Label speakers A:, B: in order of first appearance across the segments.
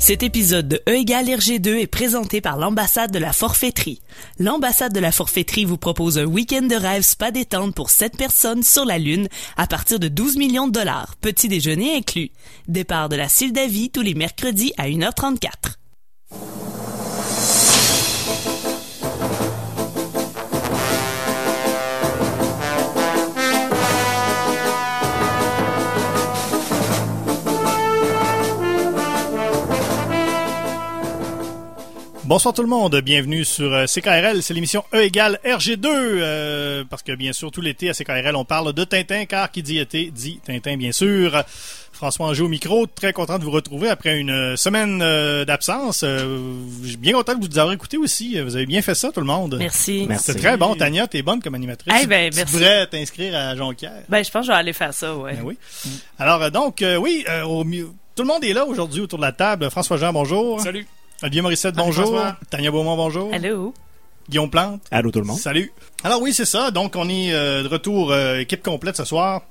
A: Cet épisode de E égale RG2 est présenté par l'ambassade de la forfaiterie. L'ambassade de la forfaiterie vous propose un week-end de rêve spa détente pour 7 personnes sur la Lune à partir de 12 millions de dollars, petit déjeuner inclus. Départ de la Sildavie tous les mercredis à 1h34.
B: Bonsoir tout le monde, bienvenue sur euh, CKRL, c'est l'émission E égale RG2, euh, parce que bien sûr tout l'été à CKRL on parle de Tintin, car qui dit été dit Tintin bien sûr. François Angers au micro, très content de vous retrouver après une euh, semaine euh, d'absence. Euh, je suis bien content de vous avoir écouté aussi, vous avez bien fait ça tout le monde.
A: Merci.
C: Merci.
B: C'est très bon, Tania, t'es bonne comme animatrice.
A: Eh ben,
B: tu
A: merci.
B: devrais t'inscrire à Jonquière.
A: Ben, je pense que je vais aller faire ça, ouais.
B: Ben oui.
D: Mm.
B: Alors euh, donc, euh, oui, euh, au mieux- tout le monde est là aujourd'hui autour de la table. François-Jean, bonjour.
D: Salut.
B: Olivier Morissette, bonjour.
D: François.
B: Tania Beaumont, bonjour.
A: Allô?
B: Guillaume Plante.
C: Allô tout le monde.
B: Salut. Alors oui, c'est ça. Donc on est euh, de retour euh, équipe complète ce soir.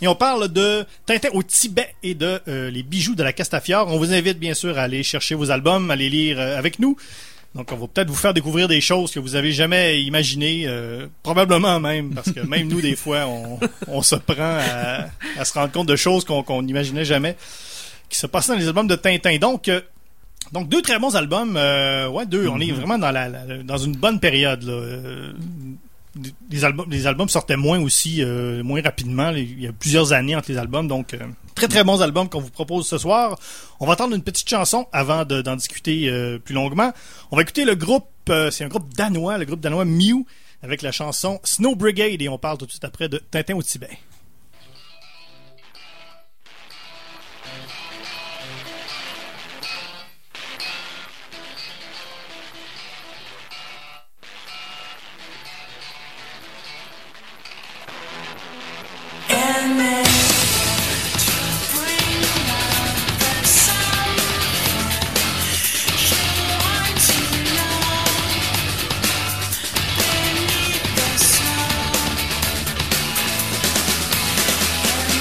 B: Et on parle de Tintin au Tibet et de euh, les bijoux de la Castafiore. On vous invite bien sûr à aller chercher vos albums, à les lire euh, avec nous. Donc on va peut-être vous faire découvrir des choses que vous avez jamais imaginées, euh, probablement même, parce que même nous des fois on, on se prend à, à se rendre compte de choses qu'on qu'on n'imaginait jamais qui se passaient dans les albums de Tintin. Donc euh, donc deux très bons albums, euh, ouais deux. On est vraiment dans la, la- dans une bonne période. Là. Euh, les albums les albums sortaient moins aussi euh, moins rapidement. Il y a plusieurs années entre les albums, donc euh, très très bons albums qu'on vous propose ce soir. On va entendre une petite chanson avant de- d'en discuter euh, plus longuement. On va écouter le groupe, euh, c'est un groupe danois, le groupe danois Mew avec la chanson Snow Brigade et on parle tout de suite après de Tintin au Tibet.
E: Thank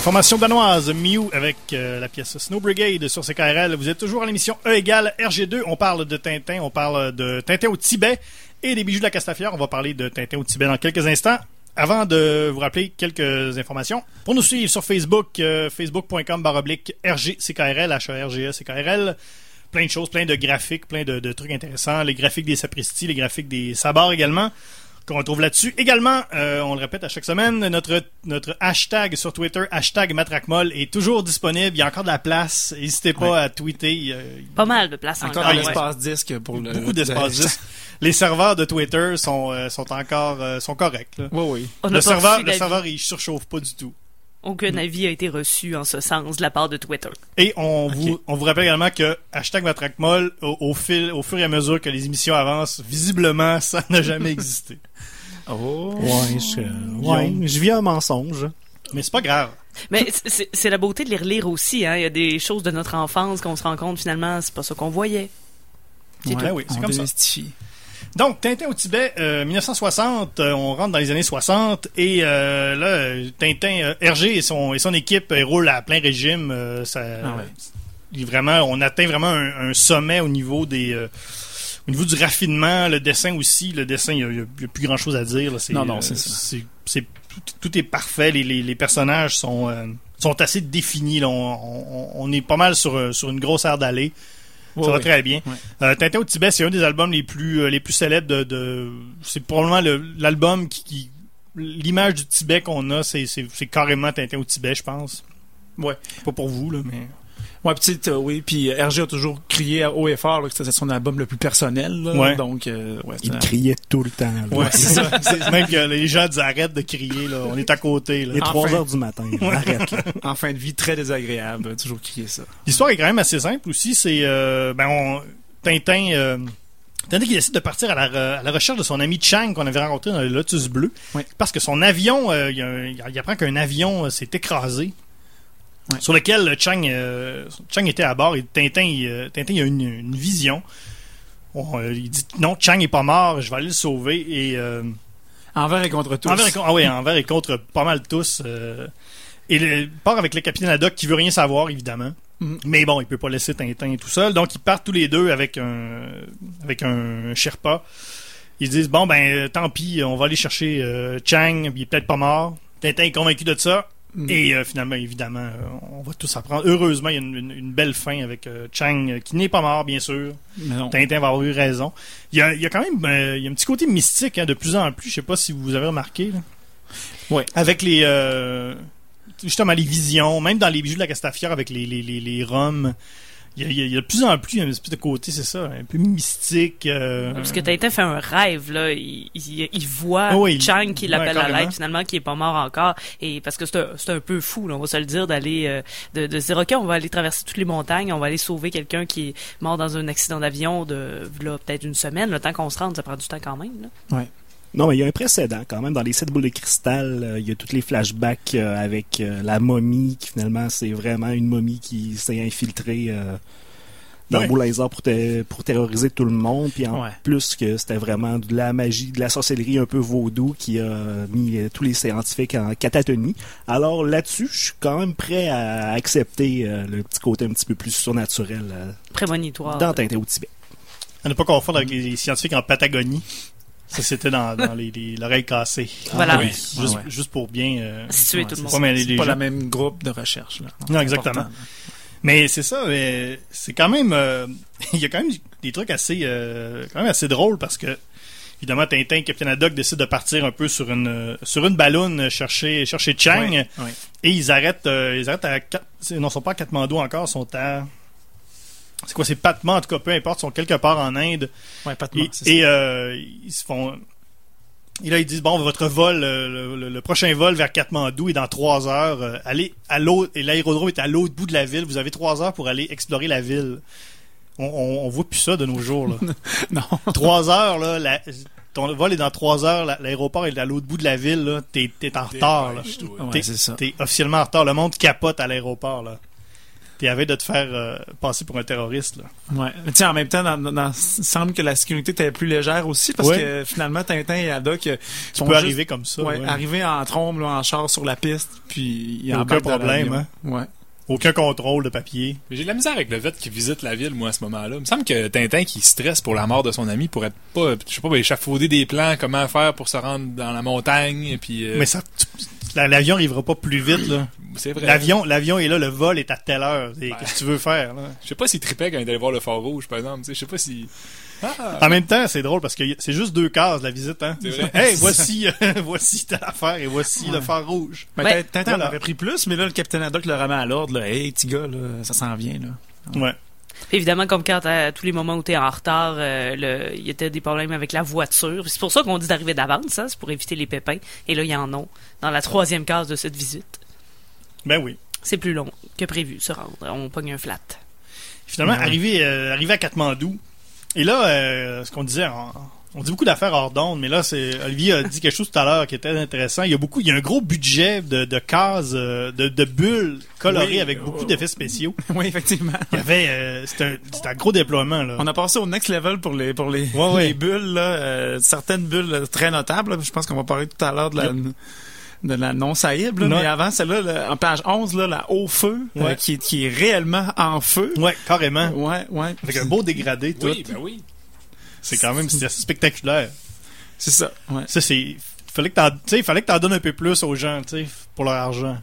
B: Formation danoise, Mew avec euh, la pièce Snow Brigade sur CKRL. Vous êtes toujours à l'émission E égale RG2. On parle de Tintin, on parle de Tintin au Tibet et des bijoux de la Castafiore. On va parler de Tintin au Tibet dans quelques instants. Avant de vous rappeler quelques informations, pour nous suivre sur Facebook, euh, facebook.com baroblique RGCKRL, E H-E-R-G-E-C-K-R-L. Plein de choses, plein de graphiques, plein de, de trucs intéressants. Les graphiques des sapristis, les graphiques des sabards également qu'on retrouve là-dessus. Également, euh, on le répète à chaque semaine, notre, notre hashtag sur Twitter, hashtag MatraqueMolle, est toujours disponible. Il y a encore de la place. N'hésitez pas
F: Ouais.
B: à tweeter. euh,
A: Pas mal de place
F: Encore
A: encore.
F: un
A: ouais.
F: espace disque pour le.
B: beaucoup d'espace disque. Les serveurs de Twitter sont, euh, sont encore euh, sont corrects. là.
F: Oui, oui.
A: On
B: Le
A: n'a pas
B: serveur,
A: reçu
B: le
A: d'avis.
B: serveur, il surchauffe pas du tout.
A: Aucun avis a été reçu en ce sens de la part de Twitter.
B: Et on,
F: Ok.
B: vous, on vous rappelle également que hashtag MatraqueMolle, au, au, fil, au fur et à mesure que les émissions avancent, visiblement, ça n'a jamais existé.
F: Oh.
G: Ouais, je, ouais, je vis un mensonge.
B: Mais c'est pas grave.
A: Mais c'est- c'est c'est la beauté de les relire aussi. Hein. Il y a des choses de notre enfance qu'on se rend compte finalement, c'est pas ça qu'on voyait.
B: Mm. C'est tout. Oui, c'est
F: on
B: comme ça.
F: démystifie.
B: Donc, Tintin au Tibet, euh, 1960, euh, on rentre dans les années 60, et euh, là, euh, Tintin, euh, Hergé et son, et son équipe euh, roulent à plein régime. euh, ça,
F: Ah ouais.
B: il- vraiment, on atteint vraiment un, un sommet au niveau des... euh, au niveau du raffinement, le dessin aussi, le dessin, il n'y a, il y a plus grand-chose à dire. là, c'est,
F: Non, non,
B: euh,
F: c'est ça.
B: c'est- c'est- tout, tout est parfait, les, les- les personnages sont, euh, sont assez définis. là. On, on- on est pas mal sur, euh, sur une grosse aire d'aller.
F: Ouais,
B: Ça va
F: ouais.
B: très bien.
F: Ouais.
B: Euh, Tintin au Tibet, c'est un des albums les plus, euh, les plus célèbres de. de- c'est probablement le- l'album qui. qui- L'image du Tibet qu'on a, c'est c'est- c'est carrément Tintin au Tibet, je pense.
F: Ouais.
B: Pas pour vous, là, mais.
F: Ouais, petite, oui. Puis euh, RG a toujours crié à haut et fort là, que c'était son album le plus personnel. là.
B: Ouais.
F: Donc, euh, ouais,
G: Il
F: c'était-
G: criait tout le temps. là.
B: Ouais, c'est ça. C'est- Même que les gens disent arrête de crier, là. On est à côté, là.
G: Il est
F: Enfin.
G: 3 heures du matin. là. Arrête. là.
F: en fin de vie très désagréable. Toujours crier ça.
B: L'histoire est quand même assez simple aussi. C'est euh, ben on- Tintin. euh, Tintin qui décide de partir à la, re- à la recherche de son ami Chang qu'on avait rencontré dans le Lotus Bleu.
F: Oui.
B: Parce que son avion, euh, il, y a un- il y a- il apprend qu'un avion euh, s'est écrasé.
F: Oui.
B: Sur lequel euh, Chang, euh, Chang était à bord et Tintin, il, euh, Tintin, il a une, une vision. On, euh, il dit non, Chang est pas mort, je vais aller le sauver. Et euh,
F: Envers et contre tous.
B: Envers et, con- ah oui, envers et contre pas mal tous. euh, et le, il part avec le capitaine Haddock qui veut rien savoir, évidemment.
F: Mhm.
B: Mais bon, il peut pas laisser Tintin tout seul. Donc, ils partent tous les deux avec un, avec un Sherpa. Ils disent Bon, ben, euh, tant pis, on va aller chercher euh, Chang, il est peut-être pas mort. Tintin est convaincu de ça.
F: Mhm.
B: Et euh, finalement, évidemment, euh, on va tous apprendre. Heureusement, il y a une, une- une belle fin avec euh, Chang euh, qui n'est pas mort, bien sûr.
F: Mais non.
B: Tintin va avoir eu raison. Il y a, il y a quand même euh, il y a un petit côté mystique hein, de plus en plus. Je sais pas si vous avez remarqué. là.
F: Ouais.
B: Avec les euh, justement les visions, même dans les bijoux de la Castafiore avec les les les, les roms. Il y, a, il y a- il y a de plus en plus un espèce de côté, c'est ça, un peu mystique. euh,
A: Parce que Tintin fait un rêve, là. Il, il, il voit
B: Ah oui, il-
A: Chang qui
B: ouais,
A: l'appelle à
B: carrément.
A: l'aide, finalement, qui est pas mort encore. Et parce que c'est un, c'est un peu fou, là, on va se le dire, d'aller, euh, de, de se dire, OK, on va aller traverser toutes les montagnes, on va aller sauver quelqu'un qui est mort dans un accident d'avion de, là, peut-être une semaine. Le temps qu'on se rende, ça prend du temps quand même, là.
G: Non, mais il y a un précédent quand même. Dans les sept boules de cristal, euh, il y a tous les flashbacks euh, avec euh, la momie qui finalement c'est vraiment une momie qui s'est infiltrée euh, dans
B: Ouais.
G: le beau laser pour, te- pour terroriser tout le monde. Puis en
F: Ouais.
G: plus que c'était vraiment de la magie, de la sorcellerie un peu vaudou qui a mis euh, tous les scientifiques en catatonie. Alors là-dessus, je suis quand même prêt à accepter euh, le petit côté un petit peu plus surnaturel euh,
A: Prémonitoire.
G: dans Tintin au Tibet.
B: à ne pas confondre avec les, les scientifiques en Patagonie. Ça, c'était dans, dans les- les- l'oreille cassée.
A: Voilà.
F: Ah oui.
B: Juste,
F: Ah ouais.
B: juste pour bien. euh,
A: Situer
F: Ouais,
A: tout le
F: c'est
A: monde.
B: pas mêler
F: C'est
B: les
F: pas
B: gens.
F: le même groupe de recherche. Là.
B: Non,
F: C'est
B: exactement.
F: important.
B: Mais c'est ça, mais c'est quand même. euh, Il y a quand même des trucs assez, euh, quand même assez drôles parce que, évidemment, Tintin et Captain Haddock décident de partir un peu sur une, euh, sur une ballonne euh, chercher, chercher Chang
F: Ouais, ouais.
B: et ils arrêtent, euh, ils arrêtent à. Kat- c'est- Non, ils sont pas à Katmandou encore, ils sont à. C'est quoi, c'est Patman, en tout cas, peu importe, ils sont quelque part en Inde.
F: Ouais, pas de
B: Et,
F: mort, c'est ça.
B: et, euh, ils se font. Et là, ils disent bon, votre vol, euh, le, le- le prochain vol vers Katmandou est dans trois heures. euh, allez à l'autre. Et l'aérodrome est à l'autre bout de la ville. Vous avez trois heures pour aller explorer la ville. On, on, on voit plus ça de nos jours. Là.
F: Non.
B: trois heures, là. la- ton vol est dans trois heures. la- L'aéroport est à l'autre bout de la ville. là, T'es t'es en retard. là.
F: Ouais,
B: T'es-
F: c'est ça.
B: T'es officiellement en retard. Le monde capote à l'aéroport. là. t'es à veille de te faire euh, passer pour un terroriste. Là.
F: Ouais. Mais tu sais, en même temps, dans, dans- dans- il semble que la sécurité était plus légère aussi parce
B: Ouais.
F: que finalement, Tintin et Haddock euh,
B: Tu
F: sont
B: peux
F: juste-
B: arriver comme ça.
F: ouais,
B: ouais.
F: arriver en trombe, là, en char sur la piste, puis il
B: Aucun
F: embarque dans
B: problème,
F: l'avion.
B: hein.
F: Ouais.
B: Aucun contrôle de papier.
H: Mais j'ai de la misère avec le fait qu'il visite la ville, moi, à ce moment-là. Il me semble que Tintin qui stresse pour la mort de son ami pourrait pas, je sais pas, ben, échafauder des plans, comment faire pour se rendre dans la montagne, et puis... euh,
B: Mais ça, tu- la- l'avion n'arrivera pas plus vite. là.
H: c'est vrai.
B: L'avion, l'avion est là, le vol est à telle heure. C'est- Qu'est-ce que tu veux faire? là?
H: Je sais pas s'il tripait quand il est allé voir le Fort Rouge, par exemple. tu sais, Je sais pas si... Ah!
B: En même temps, c'est drôle parce que y- c'est juste deux cases la visite. Hein?
H: C'est vrai.
B: Hey, voici, euh, voici telle affaire et voici le phare rouge.
F: Ben,
A: Ouais.
F: Tintin en
B: Voilà.
F: aurait pris plus, mais là, le capitaine Haddock le remet à l'ordre. là. Hey, petit gars, là, ça s'en vient. Là.
B: Ouais.
A: Évidemment, comme quand à tous les moments où tu es en retard, euh, le- il y était des problèmes avec la voiture. C'est pour ça qu'on dit d'arriver d'avance, hein, c'est pour éviter les pépins. Et là, il y en a dans la troisième case de cette visite.
B: Ben oui.
A: C'est plus long que prévu se rendre. On pogne un flat.
B: Finalement, arrivé, euh, arrivé à Katmandou. Et là, euh, ce qu'on disait, on, on dit beaucoup d'affaires hors d'onde, mais là, c'est Olivier a dit quelque chose tout à l'heure qui était intéressant. Il y a beaucoup, il y a un gros budget de, de cases, euh, de, de bulles colorées
F: Oui.
B: avec
H: Oh.
B: beaucoup d'effets spéciaux.
F: oui, effectivement.
B: Il y avait, euh, c'est un, c'est un gros déploiement là.
F: On a passé au next level pour les pour les,
B: Ouais, ouais.
F: les bulles là, euh, certaines bulles euh, très notables. là. Je pense qu'on va parler tout à l'heure de la de la non saillible.
B: Non.
F: Mais avant celle-là, là, en page 11 là, la haut feu euh,
B: Ouais.
F: qui est- qui est réellement en feu.
B: Ouais, carrément.
F: Ouais, ouais.
B: Avec un beau dégradé, tout.
H: Oui, ben oui.
B: C'est quand même c'est assez spectaculaire.
F: C'est ça. Ouais.
B: Ça, c'est. Fallait que t'en, tu sais, fallait que t'en donnes un peu plus aux gens, tu sais, pour leur argent.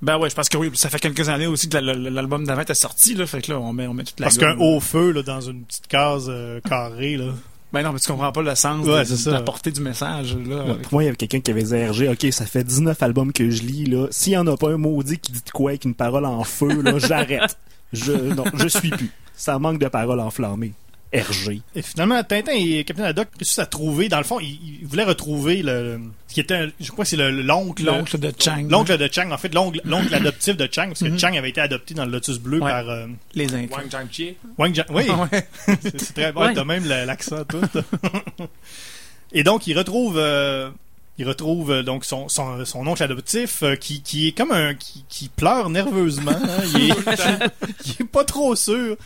F: Ben ouais, je pense que oui. Ça fait quelques années aussi que la- la- l'album d'avant était sorti là, fait que là on met on met toute la.
B: Parce qu'un
F: gomme.
B: haut feu, là, dans une petite case euh, carrée, là.
F: Ben non, mais tu comprends pas le sens
B: Ouais,
F: de,
B: c'est ça.
F: de la portée du message là.
B: Ah,
G: Ouais,
F: avec-
G: Pour moi, il y avait quelqu'un qui avait dit RG, OK, ça fait 19 albums que je lis, là. S'il y en a pas un maudit qui dit de quoi avec une parole en feu, là, j'arrête. Je, non, je suis plus. Ça manque de paroles enflammées. RG.
B: Et finalement, Tintin et Capitaine Haddock réussissent à trouver, dans le fond, ils, ils voulaient retrouver le, ce qui était, un- je crois que c'est le- l'oncle.
F: L'oncle de Chang.
B: L'oncle de Chang, en fait, l'oncle, l'oncle adoptif de Chang, parce que
F: Mhm.
B: Chang avait été adopté dans le Lotus Bleu
F: Ouais.
B: par euh,
F: les Incas.
H: Wang Chang-Chi.
B: Wang Jiang. Oui,
F: Ouais.
B: c'est, c'est très bon.
A: Ouais.
B: T'as même le- l'accent tout. et donc, il retrouve, euh, il retrouve euh, donc son, son, son oncle adoptif euh, qui, qui est comme un qui, qui pleure nerveusement. hein. Il, est, il est pas trop sûr.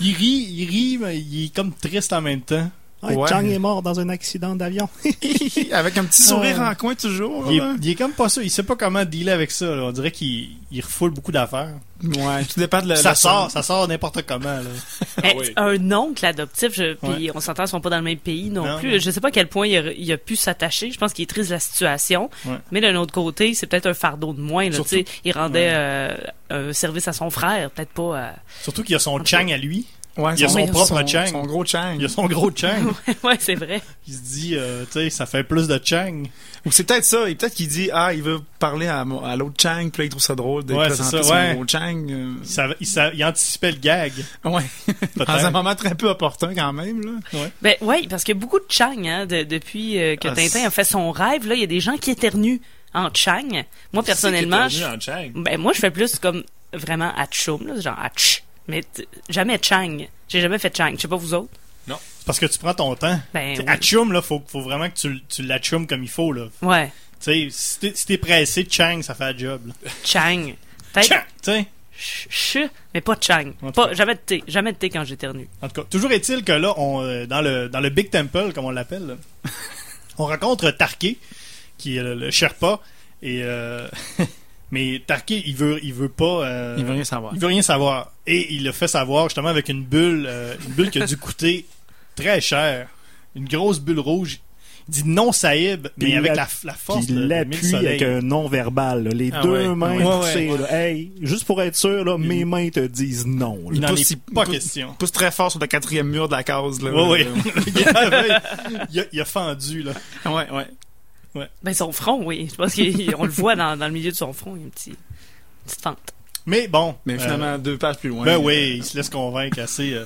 B: Il rit, il rit, mais il est comme triste en même temps.
G: Ouais,
F: Ouais.
G: Chang est mort dans un accident d'avion.
F: Avec un petit sourire
B: Ah.
F: en coin toujours.
B: Il est,
F: là.
B: il est comme pas sûr. Il sait pas comment dealer avec ça. là. On dirait qu'il il refoule beaucoup d'affaires.
F: Ouais, tout dépend de la.
B: Ça
F: la-
B: sort, ça sort n'importe comment. Là.
H: Ah
A: Eh,
H: oui.
A: Un oncle adoptif, je, puis on s'entend, ils sont pas dans le même pays non,
B: Non.
A: plus. Je sais pas à quel point il a, il a pu s'attacher. Je pense qu'il est triste de la situation.
B: Ouais.
A: Mais d'un autre côté, c'est peut-être un fardeau de moins. Là,
B: Surtout-
A: tu sais. il rendait euh, un service à son frère, peut-être pas à...
B: Surtout qu'il y a son Chang à lui.
F: Ouais,
B: Il y a son propre Chang.
F: Son gros Chang.
B: Il y a son gros Chang.
A: euh, ouais, c'est vrai.
B: Il se dit, euh, tu sais, ça fait plus de Chang.
F: Ou c'est peut-être ça. Et peut-être qu'il dit Ah, il veut parler à, mon- à l'autre Chang, puis là, il trouve ça drôle de
B: Ouais,
F: présenter
B: c'est ça,
F: son
B: ouais.
F: gros Chang. euh,
B: Il, savait- il sa- il anticipait le gag.
F: Ouais,
B: peut-être.
F: dans un moment très peu opportun quand même. Là.
A: Ben oui, parce qu'il y a beaucoup de Chang hein, de- depuis euh, que
F: Ah,
A: Tintin
F: c'est-
A: a fait son rêve. Là, il y a des gens qui éternuent en Chang. Moi personnellement, je,
H: C'est qu'il est revenu en Chang.
A: ben moi je fais plus comme vraiment Hatchoum, là, genre Hatch, mais t- jamais Chang. J'ai jamais fait Chang. Je sais pas vous autres.
B: C'est Parce que tu prends ton temps.
A: Ben
B: Tu sais,
A: oui.
B: Atchoum, là, faut, faut vraiment que tu, l- tu l'atchoum comme il faut, là.
A: ouais,
B: Tu sais, si t'es, si t'es pressé, Chang, ça fait la job, là.
A: Chang. Peut-être
B: Chang! Tu sais,
A: ch, ch- mais pas Chang.
B: En tout
A: Pas jamais de T, jamais de T quand j'éternue.
B: en tout cas, toujours est-il que là, on, euh, dans, le, dans le Big Temple, comme on l'appelle, là, on rencontre Tarké, qui est le, le Sherpa, et... euh, mais Tarké, il veut, il veut pas... euh,
F: Il veut rien savoir.
B: Il veut rien savoir. Et il le fait savoir justement avec une bulle, euh, une bulle qui a dû coûter très cher. Une grosse bulle rouge. Il dit non Saïb, mais
G: Il
B: avec la,
G: l'a-
B: la force de,
G: Puis il
B: de mille
G: l'appuie
B: soleils.
G: avec un non-verbal, là. Les
F: Ah
G: deux
F: ouais.
G: mains
B: Ouais,
G: poussées,
B: ouais.
G: là. Hey, juste pour être sûr, là, mes mains te disent non, là.
B: Il n'en
F: pousse-
B: est
F: il
B: pas
F: pousse-
B: question.
F: Pousse très fort sur le quatrième mur de la case. Là,
B: Ouais, ouais.
F: Euh,
B: il, a, il a- il a fendu, là.
F: ouais, ouais.
A: Ben son front, oui. Je pense qu'on le voit dans, dans le milieu de son front, il y a une petite, petite fente.
B: Mais bon.
F: Mais
B: euh,
F: finalement, euh, deux pages plus loin.
B: ben oui, il se laisse convaincre assez euh,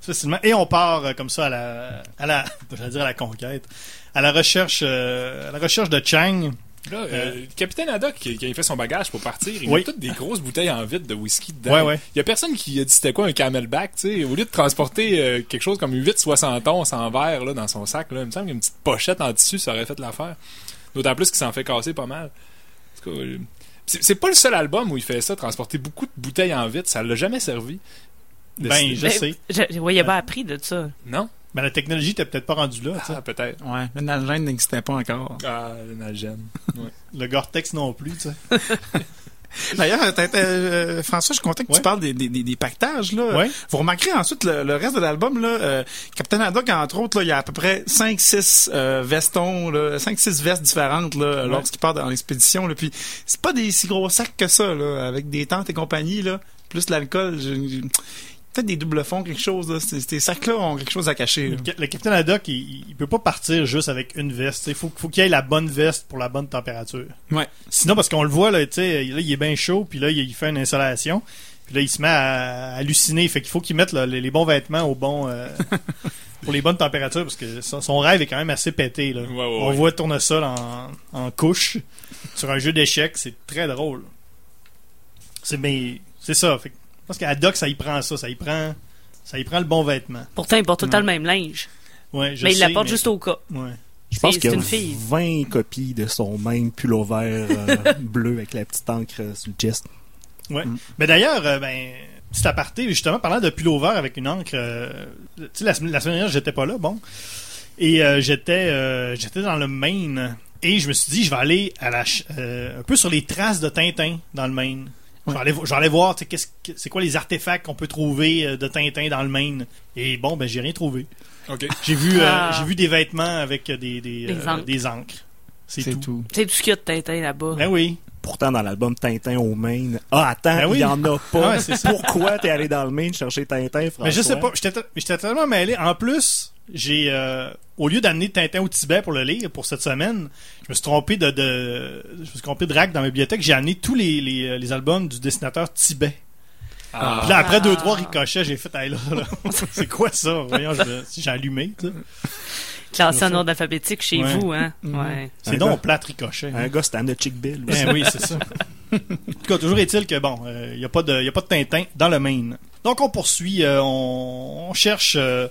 B: facilement. Et on part euh, comme ça à la, à la, j'allais dire à la conquête, à la recherche, euh, à la recherche de Chang.
H: Là, euh, le capitaine Haddock, qui- quand il fait son bagage pour partir, il
B: Oui.
H: met toutes des grosses bouteilles en vide de whisky dedans.
B: Ouais, ouais.
H: Il y a personne qui a dit c'était quoi un camelback, tu sais. Au lieu de transporter euh, quelque chose comme 8-60 onces en verre là, dans son sac, là, il me semble qu'une petite pochette en tissu, ça aurait fait l'affaire. D'autant plus qu'il s'en fait casser pas mal. tout cas, euh, c'est c'est pas le seul album où il fait ça, transporter beaucoup de bouteilles en vitre. Ça l'a jamais servi.
B: Ben, je
A: Mais-
B: sais.
A: Je- ouais, il a pas appris de ça.
H: Non?
B: Mais la technologie t'es peut-être pas rendu là. tu sais.
H: Ah, peut-être.
F: euh, Ouais, mais dans le gène n'existait pas encore.
H: Ah, l'analgène.
B: Le Gore-Tex non plus. tu sais.
F: D'ailleurs, t'as- t'as- euh, François, je suis content que
B: Ouais.
F: tu parles des, des, des, des pactages. Là.
B: Ouais.
F: Vous remarquerez ensuite le, le reste de l'album, là, euh, Captain Haddock, entre autres, là, il y a à peu près 5-6 euh, vestons, 5-6 vestes différentes là, lorsqu'il part dans l'expédition. Là. Puis c'est pas des si gros sacs que ça, là, avec des tentes et compagnie, là, plus l'alcool. je- je- Peut-être des doubles fonds, quelque chose. Là. Ces, ces sacs-là ont quelque chose à cacher. là.
B: Le ca- Le Capitaine Haddock, il, il peut pas partir juste avec une veste. tu sais. Faut, faut qu'il ait la bonne veste pour la bonne température.
F: Ouais.
B: Sinon, parce qu'on le voit, là, tu sais, là, il est bien chaud, puis là, il il fait une insolation. Puis là, il se met à halluciner. Fait qu'il faut qu'il mette là, les, les bons vêtements au bon... euh, pour les bonnes températures, parce que son, son rêve est quand même assez pété. Là.
H: Ouais, ouais,
B: On
H: ouais.
B: voit Tournesol en, en couche sur un jeu d'échecs. C'est très drôle. C'est mais c'est ça. Fait que je pense qu'à Doc, ça y prend ça. Ça y prend, ça y prend le bon vêtement.
A: Pourtant, il porte tout le temps le même linge.
B: Ouais, je
A: mais il
B: sais,
A: l'apporte juste au cas.
B: Ouais.
G: Je pense
A: C'est-
G: qu'il y
A: c'est
G: a
A: une fille.
G: 20 copies de son même pullover euh, bleu avec la petite encre euh, sur le chest.
B: Mais d'ailleurs, euh, ben, petit aparté, justement, parlant de pullover avec une encre, euh, tu sais, la, semaine la semaine dernière, j'étais pas là, bon. Et euh, j'étais euh, j'étais dans le Maine. Et je me suis dit, je vais aller à la ch- euh, un peu sur les traces de Tintin dans le Maine. Je vais aller, vo- je vais aller voir, tu sais, qu'est-ce que- c'est quoi les artefacts qu'on peut trouver euh, de Tintin dans le Maine. Et bon, ben, j'ai rien trouvé.
H: OK.
B: J'ai vu, euh,
A: Ah.
B: j'ai vu des vêtements avec euh, des, des,
A: Des
B: euh,
A: encres.
B: des encres. C'est
F: C'est
B: tout.
F: tout.
A: C'est tout ce qu'il y a de Tintin là-bas.
B: Ben oui.
G: Pourtant, dans l'album Tintin au Maine, ah, attends,
B: Ben oui.
G: il y en a pas.
B: Ouais, c'est ça.
G: Pourquoi t'es allé dans le Maine chercher Tintin, François?
B: Mais je sais pas, j'étais te- j'étais tellement mêlé. En plus, j'ai euh, au lieu d'amener Tintin au Tibet pour le lire pour cette semaine, je me suis trompé de, de je me suis trompé de rack dans ma bibliothèque. J'ai amené tous les, les, euh, les albums du dessinateur Tibet.
H: Ah.
B: Puis là, après
A: Ah.
B: deux trois ricochets, j'ai fait Hey, là, là, c'est quoi ça Voyons, je me- j'ai allumé. tu sais.
A: Classé en ordre alphabétique chez
B: Ouais. Mm-hmm.
A: vous, hein.
F: Mhm.
A: Ouais.
B: C'est
G: Un gars-
B: donc plate ricochet.
G: Un gars, Stan de Chick Bill. aussi.
B: Ben oui, c'est ça. en tout cas, toujours est-il que bon, il n'y a, pas de- y a pas de Tintin dans le Maine. Donc on poursuit, euh, on, on cherche. euh,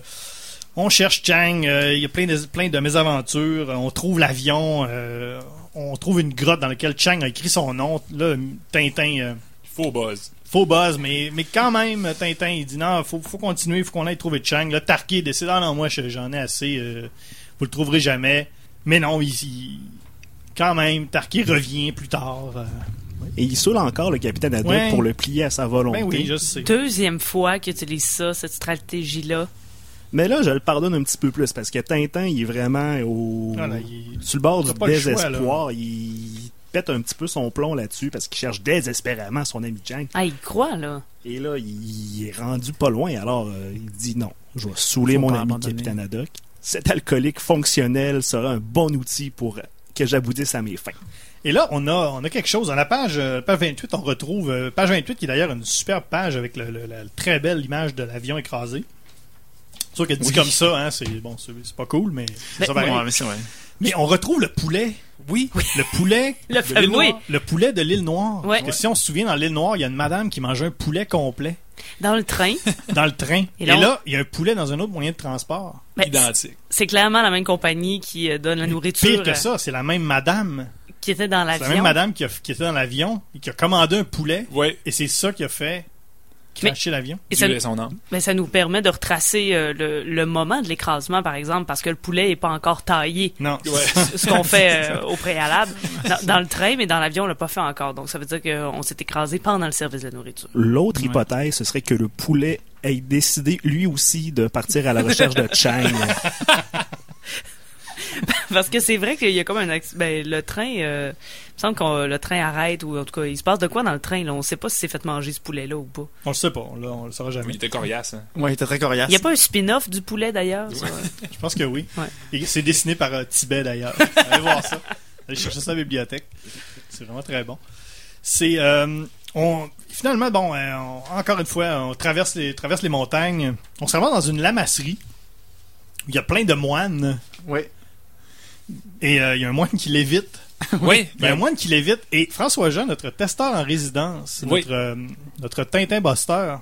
B: on cherche Chang, il y a plein de, plein de mésaventures, euh, on trouve l'avion, euh, on trouve une grotte dans laquelle Chang a écrit son nom. Là, Tintin, euh,
H: Faux buzz.
B: faux buzz, mais, mais quand même, Tintin, il dit non, faut, faut continuer, faut qu'on aille trouver Chang. Là, Tarqué décide, ah non, moi, je- j'en ai assez, euh, vous le trouverez jamais. Mais non, il, il- quand même, Tarqué revient plus tard. euh,
G: Et il saoule encore le capitaine Haddock
B: Ouais.
G: pour le plier à sa volonté.
B: Ben oui, je sais.
A: Deuxième fois qu'il utilise ça, cette stratégie-là.
G: Mais là, je le pardonne un petit peu plus parce que Tintin, il est vraiment au...
B: Voilà, Ah, il-
G: sur le bord
B: T'as
G: du
B: pas le choix,
G: désespoir. il pète un petit peu son plomb là-dessus parce qu'il cherche désespérément son ami Jack.
A: Ah, il croit, là.
G: Et là, il est rendu pas loin, alors euh, il dit non, je vais saouler
F: Faut
G: mon
F: pas
G: ami
F: abandonner.
G: Capitaine Haddock. Cet alcoolique fonctionnel sera un bon outil pour que j'aboutisse à mes fins.
B: Et là, on a, on a quelque chose. Dans la page, euh, page 28, on retrouve. euh, page 28, qui est d'ailleurs une superbe page avec le- le- la très belle image de l'avion écrasé. Sûr que dit
F: Oui.
B: comme ça, hein, c'est bon, c'est c'est pas cool, mais c'est
A: Mais-
B: ça pareil.
F: Ouais, mais c'est vrai.
B: Mais on retrouve le poulet. Oui. Le poulet.
A: Le
B: de l'île
A: fameux-
B: Noire. Le poulet de l'île Noire.
A: Ouais.
B: Parce que si on se souvient, dans l'île Noire, il y a une madame qui mange un poulet complet
A: Dans le train.
B: dans le train. Et
A: Et
B: là,
A: là,
B: il y a un poulet dans un autre moyen de transport.
A: Ben,
H: Identique.
A: c'est clairement la même compagnie qui euh, donne la nourriture
B: Pire que
A: euh,
B: ça, c'est la même madame.
A: qui était dans
B: C'est la même
A: l'avion.
B: madame qui, a- qui était dans l'avion et qui a commandé un poulet.
H: Ouais.
B: Et c'est ça qui a fait
A: Mais-
B: cracher l'avion.
A: Et
H: Dieu
A: ça,
H: et son âme.
A: ben, ça nous permet de retracer euh, le, le moment de l'écrasement, par exemple, parce que le poulet n'est pas encore taillé.
B: Non.
H: Ouais.
A: ce ce qu'on fait euh, au préalable dans, dans le train, mais dans l'avion, on l'a pas fait encore. Donc, ça veut dire qu'on s'est écrasé pendant le service de la nourriture.
G: L'autre
F: Ouais.
G: hypothèse, ce serait que le poulet ait décidé lui aussi de partir à la recherche de Chang.
A: Parce que c'est vrai qu'il y a comme un acc- ben, le train, euh, il me semble que le train arrête ou en tout cas, il se passe de quoi dans le train là On sait pas si c'est fait manger ce poulet là ou pas.
B: On le sait pas, là, on le saura
H: Oui, il
B: jamais.
H: était coriace. hein.
F: Ouais, il était très coriace.
A: Il y
B: Ah,
A: a pas un spin-off du poulet d'ailleurs ça?
B: Je pense que oui.
A: Ouais.
B: Et c'est dessiné par euh, Tibet d'ailleurs. Allez voir ça. Allez chercher ça à la bibliothèque. C'est vraiment très bon. C'est euh, on finalement bon, euh, on- encore une fois, on traverse les traverse les montagnes. On se rend dans une lamasserie. où Il y a plein de moines
F: Ouais.
B: et euh, il y a un moine qui l'évite.
H: Oui.
B: Il y a un
H: Ben,
B: moine qui l'évite et François Jean, notre testeur en résidence,
H: Oui.
B: notre euh, notre Tintin Buster,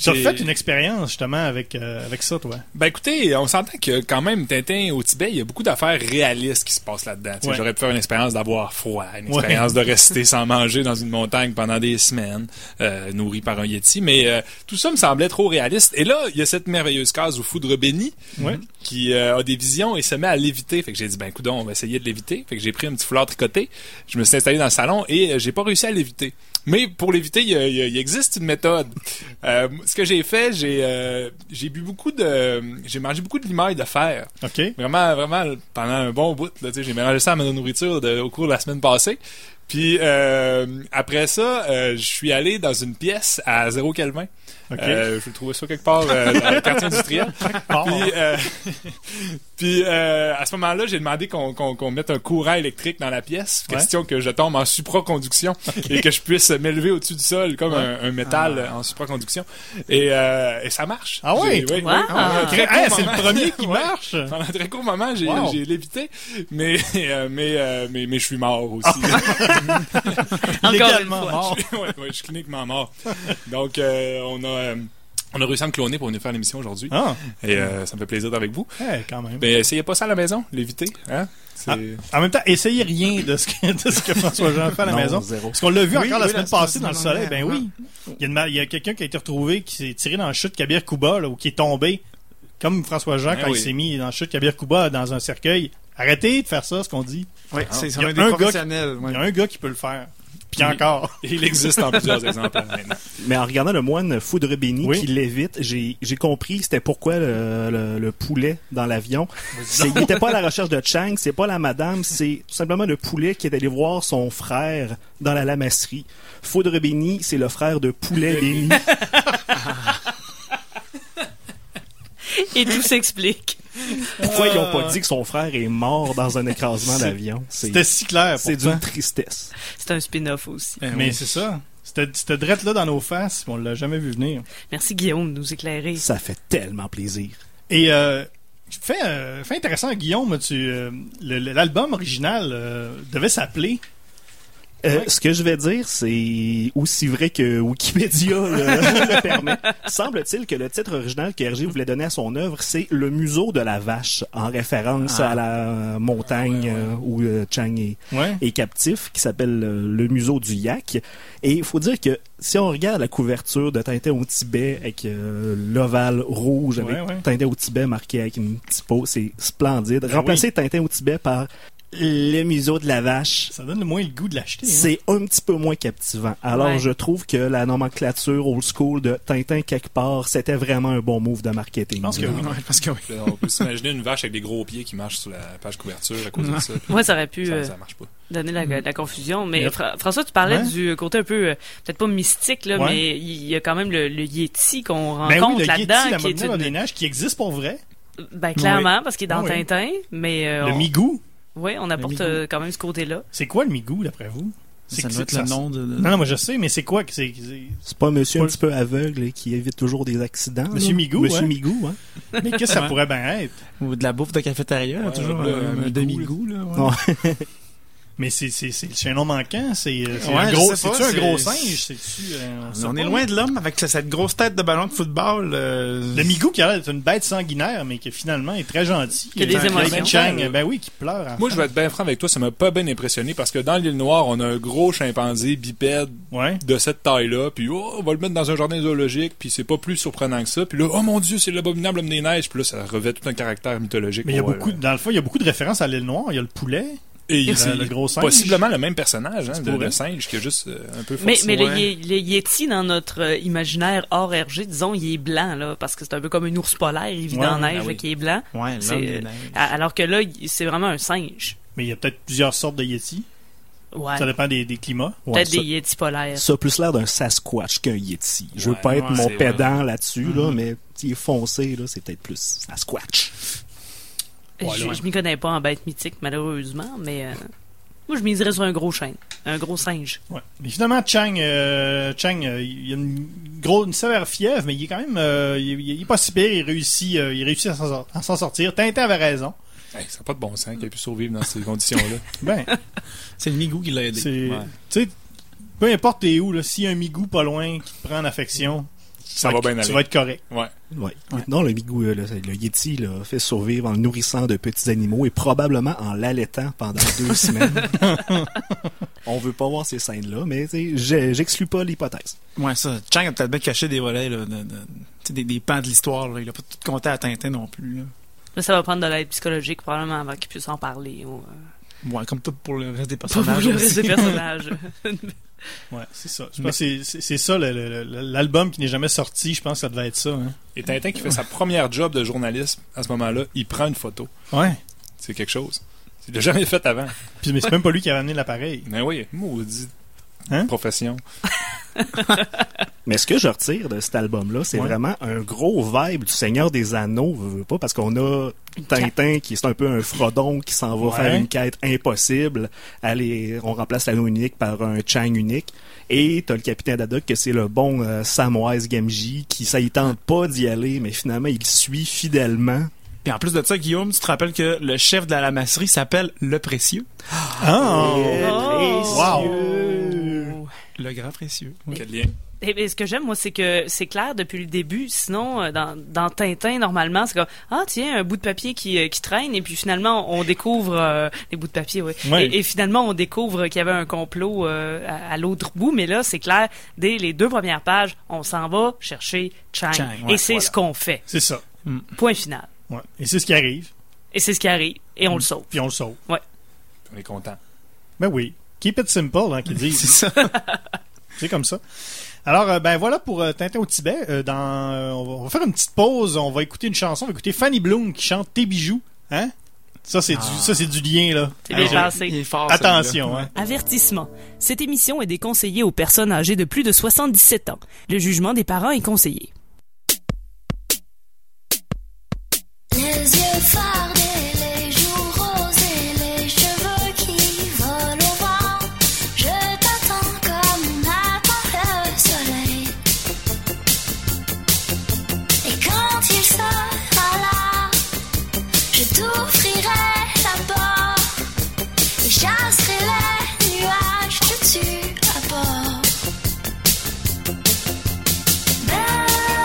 B: Tu as
H: J'ai-
B: fait une expérience justement avec, euh, avec ça, toi.
H: Ben écoutez, on s'entend que quand même Tintin au Tibet, il y a beaucoup d'affaires réalistes qui se passent là-dedans. Tu sais,
B: Ouais.
H: J'aurais pu faire une expérience d'avoir froid, une
B: Ouais.
H: expérience de rester sans manger dans une montagne pendant des semaines, euh, nourri par un yeti, mais euh, tout ça me semblait trop réaliste. Et là, il y a cette merveilleuse case où Foudre béni
B: Ouais.
H: qui euh, a des visions et se met à léviter. Fait que j'ai dit ben coudon, on va essayer de léviter. Fait que j'ai pris un petit foulard tricoté, je me suis installé dans le salon et euh, j'ai pas réussi à léviter. Mais pour l'éviter, il, y a- il y a- il existe une méthode. Euh, ce que j'ai fait, j'ai euh, j'ai bu beaucoup de, j'ai mangé beaucoup de limailles de fer.
B: OK.
H: Vraiment, vraiment pendant un bon bout. là, tu sais, j'ai mélangé ça à ma nourriture de- au cours de la semaine passée. Puis euh, après ça, euh, je suis allé dans une pièce à zéro Kelvin.
B: OK.
H: Euh, je trouvais ça quelque part euh, dans le quartier industriel.
B: Ah,
H: Puis, euh, puis euh, à ce moment-là, j'ai demandé qu'on qu'on- qu'on mette un courant électrique dans la pièce.
B: Ouais.
H: Question que je tombe en supraconduction et que je puisse m'élever au-dessus du sol comme un, un métal en supraconduction. Et, euh, et ça marche.
B: Ah oui?
H: J'ai- oui,
A: Wow!
H: oui. Ah,
B: Hey,
H: très court
B: c'est
H: moment.
B: le premier qui
H: Ouais.
B: marche.
H: Pendant un très court moment, j'ai
B: Wow.
H: j'ai lévité, mais, euh, mais, euh, mais, mais je suis mort aussi.
A: Encore une
B: Légalement
A: fois.
B: Ah, mort.
H: ouais, ouais, je suis cliniquement mort. Donc, euh, on a... euh, on a réussi à me cloner pour venir faire l'émission aujourd'hui.
B: Ah,
H: Et euh, ça me fait plaisir d'être avec vous.
B: hey, quand même.
H: Mais euh, essayez pas ça à la maison, l'éviter. Hein? C'est-
B: En même temps, essayez rien de ce que, de ce que François-Jean fait à la
G: Non,
B: maison.
G: zéro.
B: Parce qu'on l'a vu
F: Oui,
B: encore la
F: oui,
B: semaine
F: la semaine
B: passée dans le soleil. Ben
F: dernière,
B: oui. Il y a, une ma- il y a quelqu'un qui a été retrouvé, qui s'est tiré dans la chute Kabir Kuba, là, ou qui est tombé, comme François-Jean,
H: Ben
B: quand
H: oui.
B: il s'est mis dans la chute Kabir Kuba dans un cercueil. Arrêtez de faire ça, ce qu'on dit.
F: Oui, c'est c'est
B: Il y a
F: un des
B: un gars
F: professionnels.
B: Il
F: ouais.
B: y a un gars qui peut le faire. Puis
H: Oui.
B: encore.
H: Il existe en plusieurs exemples maintenant.
G: Mais en regardant le moine foudre béni
B: Oui.
G: qui lévite, j'ai j'ai compris c'était pourquoi le, le- le poulet dans l'avion. C'est- Il n'était pas à la recherche de Chang, c'est pas la madame, c'est tout simplement le poulet qui est allé voir son frère dans la lamasserie. Foudre béni, c'est le frère de poulet béni.
A: Et tout s'explique.
G: Pourquoi ils n'ont pas dit que son frère est mort dans un écrasement d'avion C'est
B: C'était si clair.
G: c'est
B: pourtant.
G: d'une tristesse.
A: C'est un spin-off aussi.
H: Eh
B: Mais
H: oui.
B: c'est ça. C'était c'était drette là dans nos faces, mais on l'a jamais vu venir.
A: Merci Guillaume de nous éclairer.
G: Ça fait tellement plaisir.
B: Et euh, fait, euh, fait intéressant, Guillaume, tu euh, le- le- l'album original euh, devait s'appeler.
G: Euh,
B: Ouais.
G: Ce que je vais dire, c'est aussi vrai que Wikipédia le, le permet. Semble-t-il que le titre original que Hergé voulait donner à son œuvre, c'est Le museau de la vache, en référence
B: Ah.
G: à la montagne euh, où euh, Chang est,
B: Ouais.
G: est captif, qui s'appelle euh, Le museau du yak. Et il faut dire que si on regarde la couverture de Tintin au Tibet avec euh, l'ovale rouge, avec
B: Ouais, Ben ouais.
G: Tintin au Tibet marqué avec une typo, c'est splendide. Remplacer Tintin au Tibet par Le museau de la vache.
B: Ça donne le moins le goût de l'acheter. hein.
G: C'est un petit peu moins captivant. Alors,
A: Ouais.
G: je trouve que la nomenclature old school de Tintin quelque part, c'était vraiment un bon move de marketing.
B: Je pense que oui.
F: Ouais, parce que oui.
H: Là, on peut s'imaginer une vache avec des gros pieds qui marche sur la page couverture à cause de ça.
A: Moi, ça aurait pu
H: Ça,
A: euh,
H: ça marche pas.
A: donner la, la confusion. Mais
B: Mm-hmm. Yep.
A: Fra- François, tu parlais
B: Ouais.
A: du côté un peu, euh, peut-être pas mystique, là,
B: Ouais.
A: mais il y a quand même le, le Yeti qu'on
B: Ben
A: rencontre
B: oui, le Yeti, la
A: là-dedans, qui est
B: montagne
A: une-
B: des neiges, qui existe pour vrai.
A: Ben, clairement, parce qu'il est dans
B: Oui.
A: Tintin, mais euh,
B: Le
A: on-
B: Migou.
A: ouais, on apporte
F: Migou.
A: euh, quand même ce côté-là.
B: C'est quoi le Migou, d'après vous? C'est
F: Ça
B: que-
F: doit être
B: ça-
F: le nom de...
B: Non, non, moi je sais, mais c'est quoi que c'est... c'est-
G: C'est pas un monsieur un
B: Paul-
G: petit peu aveugle et qui évite toujours des accidents.
B: Monsieur
G: là?
B: Migou,
G: Monsieur
B: ouais.
G: Migou, hein.
B: Mais qu'est-ce que ça pourrait bien être?
F: Ou de la bouffe de cafétéria,
H: Ouais,
F: toujours
H: le-
F: euh,
H: le
F: un demi-goût.
H: demi-goût,
F: Là, ouais.
G: Non.
B: Mais c'est, c'est, c'est, c'est un nom manquant? C'est, euh, c'est
F: Ouais,
B: un
F: je
B: gros...
F: sais pas,
B: C'est-tu un
F: c'est-
B: gros singe? C'est-tu... euh, on sait
F: On
B: pas.
F: est loin de l'homme avec cette grosse tête de ballon de football. euh,
B: Le Migou qui a l'air d'être une bête sanguinaire, mais qui finalement est très gentil.
A: Qui a des
B: Un
A: émotions.
B: Clement Chang, ben oui, qui pleure. en
H: Moi, je vais être bien franc avec toi, ça m'a pas bien impressionné parce que dans l'île Noire, on a un gros chimpanzé bipède
B: Ouais.
H: de cette taille-là, puis oh, on va le mettre dans un jardin zoologique, puis c'est pas plus surprenant que ça, puis là, oh mon dieu, c'est l'abominable homme des neiges, puis là, ça revêt tout un caractère mythologique.
B: Mais il y a
H: Ouais.
B: beaucoup, dans le fond, il y a beaucoup de références à l'île noire. Il y a le poulet,
H: Et
B: il y
H: c'est
B: a le gros singe.
H: possiblement le même personnage, hein,
B: C'est
H: de,
B: pour
H: de
B: vrai.
H: singe, qui est juste euh, un peu
A: Mais,
H: forcé.
A: mais le,
F: ouais.
A: Ye- le Yeti, dans notre euh, imaginaire hors RG, disons, il est blanc, là, parce que c'est un peu comme un ours polaire, il vit
B: Ouais,
A: dans
B: ah
A: la neige,
H: oui.
A: là, qui est blanc.
F: Ouais, l'homme
A: C'est- euh,
F: des neiges.
A: A- Alors que là, il- c'est vraiment un singe.
B: Mais il y a peut-être plusieurs sortes de Yeti.
A: Ouais.
B: Ça dépend des, des climats.
G: Ouais,
A: Peut-être
G: ça,
A: des Yetis polaires.
G: ça a plus l'air d'un Sasquatch qu'un Yeti. Je veux
H: Ouais,
G: pas être
H: ouais,
G: mon
H: c'est
G: pédant là-dessus,
B: Mhm.
G: là, mais il est foncé, là, c'est peut-être plus Sasquatch.
H: Ouais,
A: je
H: ouais.
A: je m'y connais pas en bête mythique, malheureusement, mais euh, moi, je miserais sur un gros chêne, un gros singe.
B: Ouais. Mais finalement, Chang, euh, Chang, euh, il a une grosse, une sévère fièvre, mais il est quand même, euh, il, il est pas si pire. Il réussit, euh, il réussit à s'en sor- à s'en sortir. Tintin avait raison.
H: Hey, ça n'a pas de bon sens qu'il ait pu survivre dans ces conditions-là.
B: Ben,
F: C'est le Migou qui l'a aidé.
B: c'est,
H: Ouais.
B: tu sais, peu importe t'es où, là, s'il y a un migou pas loin qui te prend en affection,
H: ça va bien
B: Tu
H: aller.
B: vas être correct.
H: Ouais.
G: Ouais. Maintenant, le migou, euh, le, le Yeti là, fait survivre en le nourrissant de petits animaux et probablement en l'allaitant pendant deux semaines. On veut pas voir ces scènes-là, mais tu sais, j'ai- j'exclus pas l'hypothèse.
F: Ouais, ça. Chang a peut-être bien caché des volets, là, de- de- tu sais, des, des pans de l'histoire. là. Il a pas tout compté à Tintin non plus. Là.
A: Mais ça va prendre de l'aide psychologique probablement avant qu'ils puissent en parler. Ou, euh,
F: Ouais, comme tout pour le reste des
A: pas pour
F: personnages.
A: le
F: aussi.
A: reste des personnages.
B: Ouais, c'est ça. Je pense que c'est- c'est c'est ça le- le- le- l'album qui n'est jamais sorti. Je pense que ça devait être ça. hein.
H: Et Tintin qui fait sa première job de journaliste à ce moment-là, il prend une photo.
B: Ouais.
H: C'est quelque chose. Il l'a jamais fait avant.
B: Puis mais c'est même pas lui qui a amené l'appareil.
H: Mais oui, maudite
B: Hein?
H: profession.
G: Mais ce que je retire de cet album-là, c'est
B: Ouais.
G: vraiment un gros vibe du Seigneur des Anneaux, veux, veux pas, parce qu'on a Tintin qui est un peu un frodon qui s'en va
B: Ouais.
G: faire une quête impossible. Allez, on remplace l'anneau unique par un Chang unique. Et t'as le capitaine Haddock que c'est le bon euh, Samwise Gamgee qui ça y tente pas d'y aller, mais finalement il suit fidèlement.
F: Puis en plus de ça, Guillaume, tu te rappelles que le chef de la masserie s'appelle Le Précieux.
B: Oh.
A: Oh!
F: Le Grand Précieux.
H: Quel lien.
A: Eh bien, ce que j'aime, moi, c'est que c'est clair depuis le début. Sinon, euh, dans, dans Tintin, normalement, c'est comme Ah, tiens, un bout de papier qui, euh, qui traîne, et puis finalement, on découvre euh, les bouts de papier, oui.
B: Ouais.
A: Et, et finalement, on découvre qu'il y avait un complot euh, à, à l'autre bout. Mais là, c'est clair, dès les deux premières pages, on s'en va chercher Chang.
F: Chang,
A: et
F: ouais,
A: c'est
F: voilà.
A: ce qu'on fait.
B: C'est ça.
A: Point final.
B: Ouais. Et c'est ce qui arrive.
A: Et c'est ce qui arrive. Et on le sauve.
B: Puis on le sauve.
H: On est content.
B: Ben oui. Keep it simple, hein, qu'ils
F: C'est
B: disent.
F: ça.
B: c'est comme ça. Alors, euh, ben voilà pour euh, Tintin au Tibet. Euh, dans, euh, on, va, on va faire une petite pause. On va écouter une chanson. On va écouter Fanny Bloom qui chante Tes bijoux. Hein? Ça, c'est
F: Ah.
B: du, ça, c'est du lien, là.
A: C'est bien
B: Alors,
A: passé.
F: Il est fort,
B: Attention,
F: celui-là.
B: hein.
I: Avertissement. Cette émission est déconseillée aux personnes âgées de plus de 77 ans. Le jugement des parents est conseillé.
E: Les yeux fardés, les joues roses et les cheveux qui volent au vent. Je t'attends comme on attend le soleil. Et quand il sera là, je t'ouvrirai la porte et chasserai les nuages que tu apportes. Belle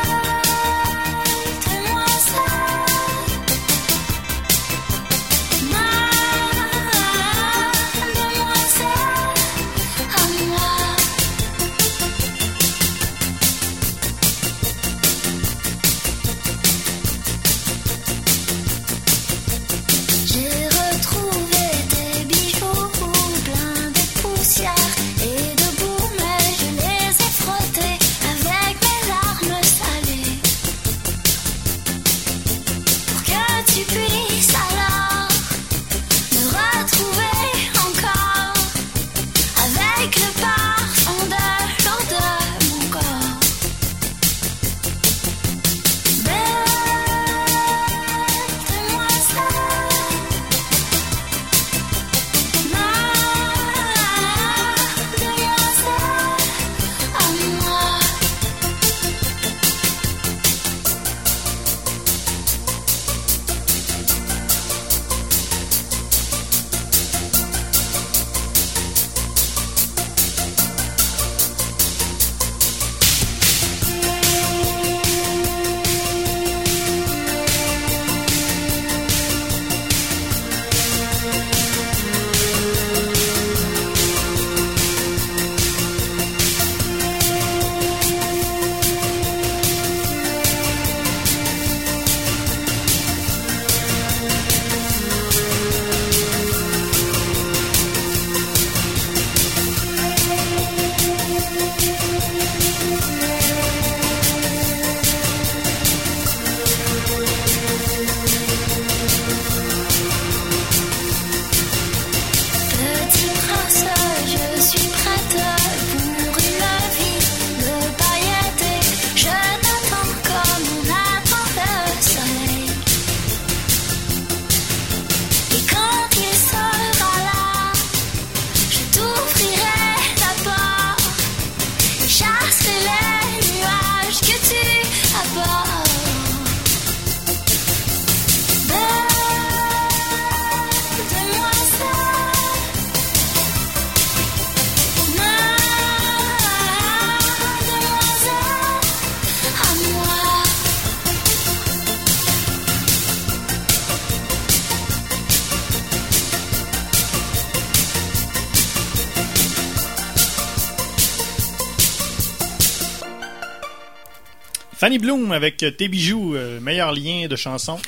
B: Fanny Bloom avec Tes bijoux, euh, meilleur lien de chanson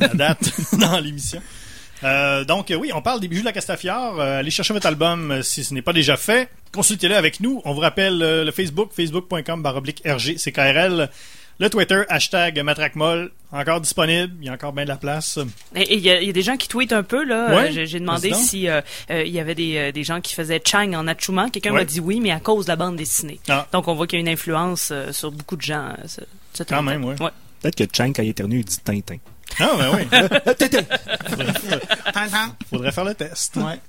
B: à date dans l'émission. Euh, donc euh, oui, on parle des bijoux de la Castafiore. Euh, allez chercher votre album euh, si ce n'est pas déjà fait. Consultez-le avec nous. On vous rappelle euh, le Facebook, facebook.com baroblique RGCKRL. Le Twitter, hashtag matraquemolle, encore disponible. Il y a encore bien de la place.
A: Et il y, a- y a des gens qui tweetent un peu là. Euh,
B: Ouais,
A: J'ai j'ai demandé
B: vas-y donc.
A: si euh, euh, il y avait des, euh, des gens qui faisaient Chang en Achuman. Quelqu'un
B: Ouais.
A: m'a dit oui, mais à cause de la bande dessinée.
B: Ah.
A: Donc on voit qu'il y a une influence euh, sur beaucoup de gens. euh, ce- ce
B: Quand
A: traitement.
B: même, ouais.
G: Peut-être que Chang, quand il éternue, il dit Tintin.
B: Ah ben oui,
F: Tintin.
B: faudrait faire le test.
F: Ouais.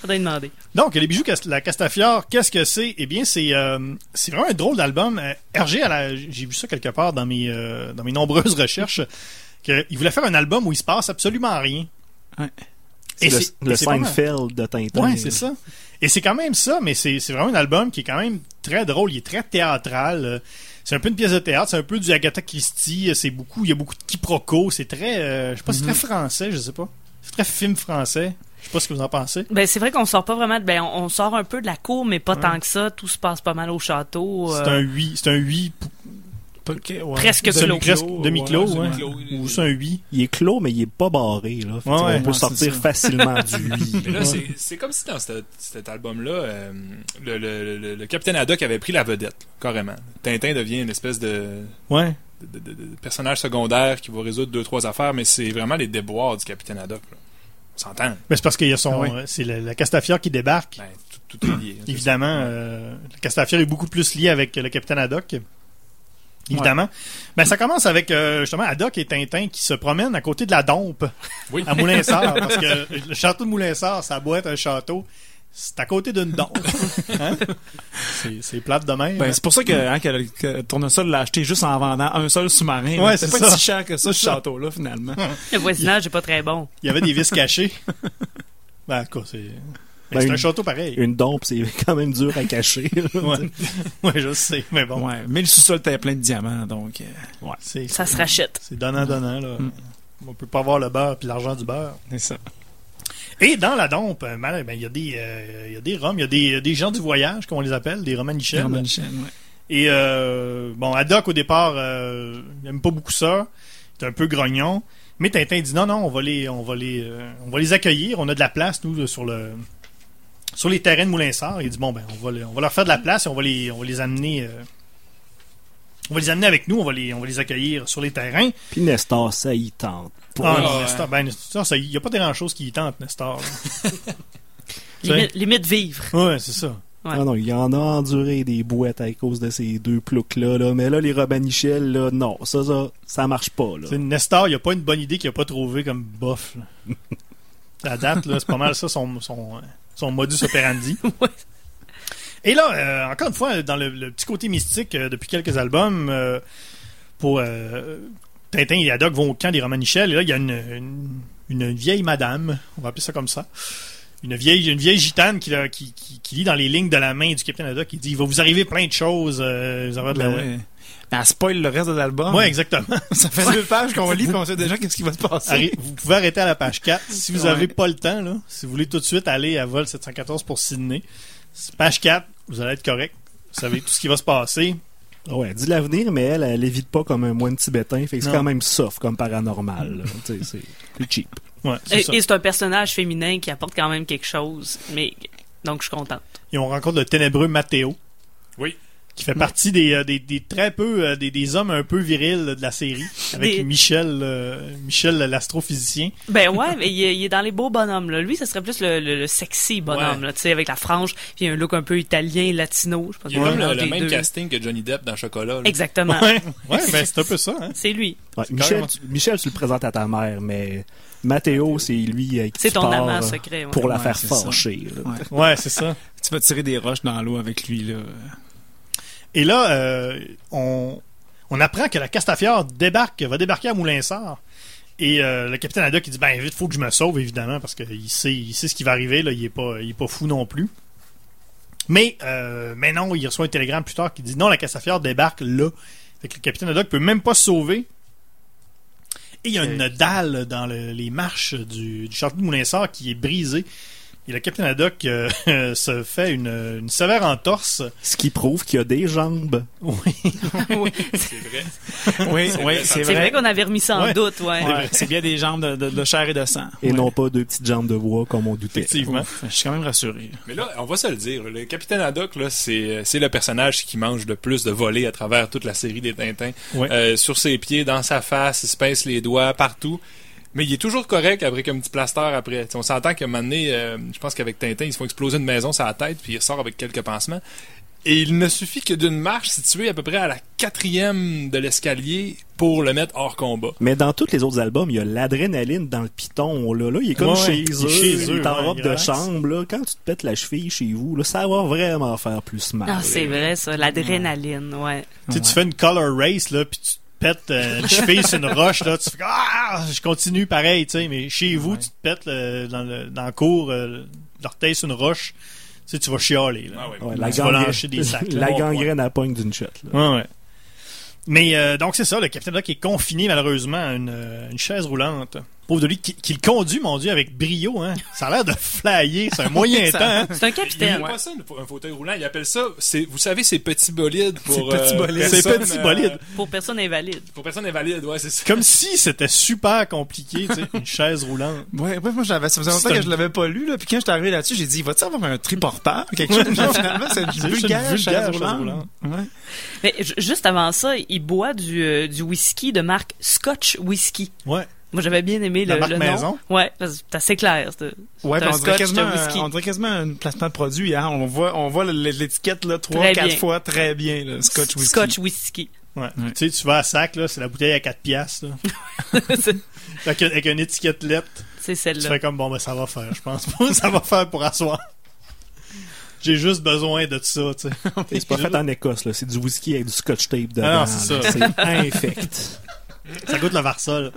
A: Faudrait demander.
B: Donc, les bijoux Cas- La Castafiore, qu'est-ce que c'est? Eh bien, c'est euh, c'est vraiment un drôle d'album. Euh, Hergé, à la- j'ai vu ça quelque part dans mes, euh, dans mes nombreuses recherches, qu'il voulait faire un album où il se passe absolument rien.
F: Ouais.
B: Et
G: le,
B: c'est-
G: le
B: et c'est pas mal.
G: Seinfeld de Tintin.
B: Ouais, c'est ça. Et c'est quand même ça, mais c'est c'est vraiment un album qui est quand même très drôle. Il est très théâtral. Euh, C'est un peu une pièce de théâtre. C'est un peu du Agatha Christie. Euh, C'est beaucoup. Il y a beaucoup de quiproquos. C'est très. euh, je sais pas, c'est très français. Je sais pas. C'est très film français. Je sais pas ce que vous en pensez.
A: Ben c'est vrai qu'on sort pas vraiment. de- Ben on, on sort un peu de la cour, mais pas tant que ça. Tout se passe pas mal au château.
B: C'est
A: euh,
B: un 8, c'est un 8
F: Ok, ouais.
A: Presque
B: C'est
A: clos.
B: presque demi-clos,
H: ouais,
B: ouais.
H: demi-clos.
B: Ou c'est un 8.
G: Il est clos, mais il est pas barré. Là. Fait que,
B: Ouais,
G: on
B: ouais,
G: peut
F: non, c'est
G: sortir
F: ça.
G: facilement du
H: Mais
G: lui.
H: là, c'est- c'est comme si dans cet, cet album-là, euh, le, le- le- le Capitaine Haddock avait pris la vedette, carrément. Tintin devient une espèce de,
B: Ouais.
H: de- de- de- de personnage secondaire qui va résoudre deux, trois affaires, mais c'est vraiment les déboires du Capitaine Haddock. là. On s'entend.
B: Mais c'est parce qu'il y a son.
F: Ah ouais.
B: euh, C'est la, la Castafiore qui débarque.
H: Ben, tout, tout est lié. hein,
B: Évidemment, euh, le Castafiore est beaucoup plus lié avec euh, le capitaine Haddock. Évidemment. Ben, ça commence avec euh, justement Haddock et Tintin qui se promènent à côté de la dompe
H: c'est- Oui.
B: à Moulinsart. parce que le château de Moulinsart, ça boîte un château. C'est à côté d'une dompe. Hein? C'est- C'est plate de même.
F: Ben, c'est pour ça que, hein, que le- que le Tournesol l'a acheté juste en vendant un seul sous-marin.
B: Ouais,
F: là.
B: c'est
F: pas
B: ça.
F: si cher que ça, ce château-là, finalement.
A: Le voisinage est pas très bon.
B: Il y avait des vis cachées. Ben, en tout cas, c'est. mais
G: Ben,
B: c'est un
G: une-
B: château pareil.
G: Une dompe, c'est quand même dur à cacher. là.
B: Ouais. Ouais, je sais, mais bon.
F: Ouais, mais le sous-sol était plein de diamants, donc. euh, ouais,
B: C'est-
A: Ça se rachète.
B: C'est donnant-donnant, là. On peut pas avoir le beurre puis l'argent du beurre.
F: c'est ça.
B: Et dans la dompe, euh, mal- ben, il y a des, euh, il y a des Roms, il y a des, des gens du voyage, comme on les appelle, des Romanichels.
F: Norman Chen, ouais.
B: Et euh, bon, Haddock, au départ, euh, il aime pas beaucoup ça. Il est un peu grognon. Mais Tintin dit non, non, on va les, on va les, euh, on va les accueillir. On a de la place, nous, de- sur le, sur les terrains de Moulinsart. Il dit bon, ben, on va, le- on va leur faire de la place et on va les, on va les amener. euh, on va les amener avec nous, on va les, on va les accueillir sur les terrains.
G: Puis Nestor, ça y tente. Pour
B: Ah,
H: Ouais,
B: non,
H: ouais.
B: Nestor, ben, Nestor, ça, il n'y a pas des grand-chose qui y tente, Nestor.
A: Limite, limite vivre.
B: ouais, c'est ça.
A: Ouais.
G: Ah non, il en a enduré des boîtes à cause de ces deux ploucs-là. Là. Mais là, les Robanichel, là, non, ça, ça, ça marche pas. Là.
B: C'est Nestor, il n'y a pas une bonne idée qu'il n'a pas trouvé comme bof. là. La date, là, c'est pas mal ça, son, son, euh, son modus operandi. Et là, euh, encore une fois, dans le, le petit côté mystique, euh, depuis quelques albums, euh, pour euh, Tintin et Haddock vont au camp des Romanichels, et là, il y a une, une, une vieille madame, on va appeler ça comme ça, une vieille, une vieille gitane qui, la- qui, qui- qui lit dans les lignes de la main du Capitaine Haddock, qui dit « Il va vous arriver plein de choses, euh, vous aurez de la...
F: Ben ouais. Mais elle spoil le reste de l'album.
B: Ouais, exactement.
F: ça fait deux pages qu'on lit, puis on sait déjà qu'est-ce qui va se passer.
B: Arri- vous pouvez arrêter à la page 4 si vous
F: Ouais.
B: n'avez pas le temps. Là, si vous voulez tout de suite aller à vol 714 pour Sydney, c'est page 4, vous allez être correct. Vous savez tout ce qui va se passer.
G: Ouais, elle dit l'avenir, mais elle, elle évite pas comme un moine tibétain. Fait que c'est
B: Non.
G: quand même soft comme paranormal. là. Tu sais, c'est plus cheap.
B: Ouais, c'est
A: Et
B: ça.
A: et c'est un personnage féminin qui apporte quand même quelque chose. Mais donc je suis contente.
B: Et on rencontre le ténébreux Matteo.
H: Oui.
B: Qui fait partie des, euh, des, des très peu, euh, des, des hommes un peu virils euh, de la série. Avec
A: Des-
B: Michel, euh, Michel l'astrophysicien.
A: Ben ouais, mais il est, il est dans les beaux bonhommes. Là. Lui, ça serait plus le, le- le sexy bonhomme,
B: Ouais.
A: là, tu sais, avec la frange, puis un look un peu italien, latino. Je pense
H: Il y a
A: que
H: comme
A: c'est un
H: le, le
A: des
H: même
A: deux.
H: casting que Johnny Depp dans Chocolat. là.
A: Exactement.
B: Ouais, ouais ben, c'est un peu ça. Hein.
A: C'est lui.
G: Ouais,
B: C'est
G: Michel,
B: carrément-
G: tu, Michel, tu le présentes à ta mère, mais Mathéo, c'est lui euh, qui
A: C'est
G: tu
A: ton
G: pars,
A: amant
G: euh,
A: secret. ouais.
G: pour la
F: Ouais,
G: faire
F: c'est ça.
G: fâcher. là.
F: Ouais.
B: Ouais, c'est ça.
F: Tu vas tirer des roches dans l'eau avec lui, là.
B: Et là, euh, on, on apprend que la Castafiore débarque, va débarquer à Moulinsart. Et euh, le capitaine Haddock il dit ben vite faut que je me sauve évidemment parce qu'il sait il sait ce qui va arriver là il est pas il est pas fou non plus. Mais euh, mais non il reçoit un télégramme plus tard qui dit non la Castafiore débarque là fait que le capitaine Haddock peut même pas se sauver. Et il y a une dalle dans le- les marches du, du château de Moulinsart qui est brisée Et le Capitaine Haddock euh, se fait une, une sévère entorse.
G: Ce qui prouve qu'il y a des jambes.
H: C'est vrai.
F: Oui, oui, c'est
A: C'est vrai
F: vrai.
A: qu'on avait remis ça en
B: Ouais.
A: doute, ouais.
F: Ouais, C'est bien des jambes de, de- de chair et de sang.
G: Et
F: Ouais.
G: non pas deux petites jambes de bois comme on doutait.
B: Effectivement.
F: Ouf, Je suis quand même rassuré.
H: Mais là, on va se le dire, le Capitaine Haddock, là, c'est, c'est le personnage qui mange le plus de volets à travers toute la série des Tintins.
F: Ouais.
H: Euh, sur ses pieds, dans sa face, il se pince les doigts partout. Mais il est toujours correct avec un petit plaster après. T'sais, on s'entend qu'à un moment donné, euh, je pense qu'avec Tintin, ils se font exploser une maison sur la tête, puis il ressort avec quelques pansements. Et il ne suffit que d'une marche située à peu près à la quatrième de l'escalier pour le mettre hors combat.
G: Mais dans tous les autres albums, il y a l'adrénaline dans le piton. Là, là, il est comme
B: Ouais,
G: chez,
B: il est
G: eux,
B: chez
G: il
B: eux,
G: est en
B: ouais,
G: robe de
B: relax.
G: chambre. Là. Quand tu te pètes la cheville chez vous, là, ça va vraiment faire plus mal.
A: Non, Ah, c'est vrai, ça, l'adrénaline, ouais.
B: Tu sais, tu fais une color race, là, puis tu te pètes euh, une cheville sur une roche, là, tu fais Ah! Je continue pareil, tu sais, mais chez vous, tu te pètes le- dans, le, dans le cours, euh, l'orteil sur une roche, tu sais, tu vas chialer, là.
G: Ah Ouais, la
B: Tu vas
G: gangrène,
B: lâcher des sacs, là.
G: la
B: Bon
G: gangrène à pogne d'une shot. là.
B: Ouais, ouais. Mais euh, donc, c'est ça, le capitaine Haddock est confiné malheureusement à une, euh, une chaise roulante. Pauvre de lui, qui, qui le conduit, mon Dieu, avec brio. Hein. Ça a l'air de flyer, c'est un moyen temps. hein.
A: C'est un
H: Il
A: capitaine.
H: appelle pas ça un, un fauteuil roulant, il appelle ça, c'est, vous savez, ces petits bolides pour. euh,
F: Ces petits bolides.
H: personnes,
B: Ces petits bolides.
A: Pour personne invalide.
H: pour personne invalide, ouais, c'est ça.
B: Comme si c'était super compliqué, tu sais, une chaise roulante.
F: Ouais, ouais, moi, j'avais, ça faisait
B: C'est
F: longtemps que
B: un-
F: je l'avais pas lu, là. Puis quand je suis arrivé là-dessus, j'ai dit, va-tu avoir un triporteur? Quelque chose. Puis finalement, c'est
B: C'est
F: du
B: juste une
F: vulgaire,
B: vulgaire
F: chaise
B: chaise
F: roulante.
B: roulante.
F: Ouais.
A: Mais ju- juste avant ça, il boit du, euh, du whisky de marque Scotch Whisky.
B: Ouais.
A: Moi, j'avais bien aimé
B: La
A: le,
B: marque
A: le nom.
B: maison?
A: Ouais, parce que c'est assez clair. c'est- C'est un
F: Ouais, puis on dirait,
A: scotch, c'est
F: quasiment,
A: un whisky.
F: un- on dirait quasiment un placement de produit. Hein? On voit, on voit le- le- l'étiquette là trois,
A: Très
F: quatre
A: bien.
F: fois très bien. Là, scotch whisky.
A: Scotch Whisky.
B: Ouais.
F: Ouais.
B: Tu sais, tu vas à sac, là, c'est la bouteille à 4 piastres. là.
A: C'est-
B: Avec, un- avec une étiquette lettre.
A: c'est
B: Tu
A: celle-là.
B: fais comme, bon, ben ça va faire, je pense. ça va faire pour asseoir. J'ai juste besoin de ça, tu sais.
G: C'est pas fait en Écosse, là. C'est du whisky avec du scotch tape
B: Ah
G: dedans.
B: non, c'est ça.
G: là. C'est infect.
B: Ça goûte le Varsol.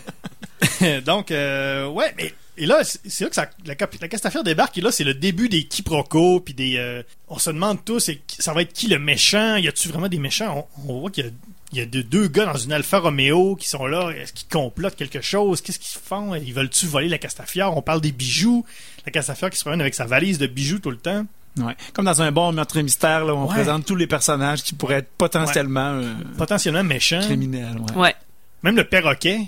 B: Donc, euh, ouais, mais. Et là, c'est c'est là que ça, la, cap- la Castafiore débarque, et là, c'est le début des quiproquos, puis des. euh, on se demande tous, c'est qui- ça va être qui le méchant Y a-tu vraiment des méchants on, on voit qu'il y a, il y a deux- deux gars dans une Alfa Romeo qui sont là. Est-ce qu'ils complotent quelque chose Qu'est-ce qu'ils font Ils veulent-tu voler la Castafiore On parle des bijoux. La Castafiore qui se promène avec sa valise de bijoux tout le temps.
F: Ouais. Comme dans un bon meurtre et mystère, là, où on
B: Ouais.
F: présente tous les personnages qui pourraient être potentiellement euh,
B: Potentiellement méchant.
F: criminels. Ouais.
A: Ouais.
B: Même le perroquet.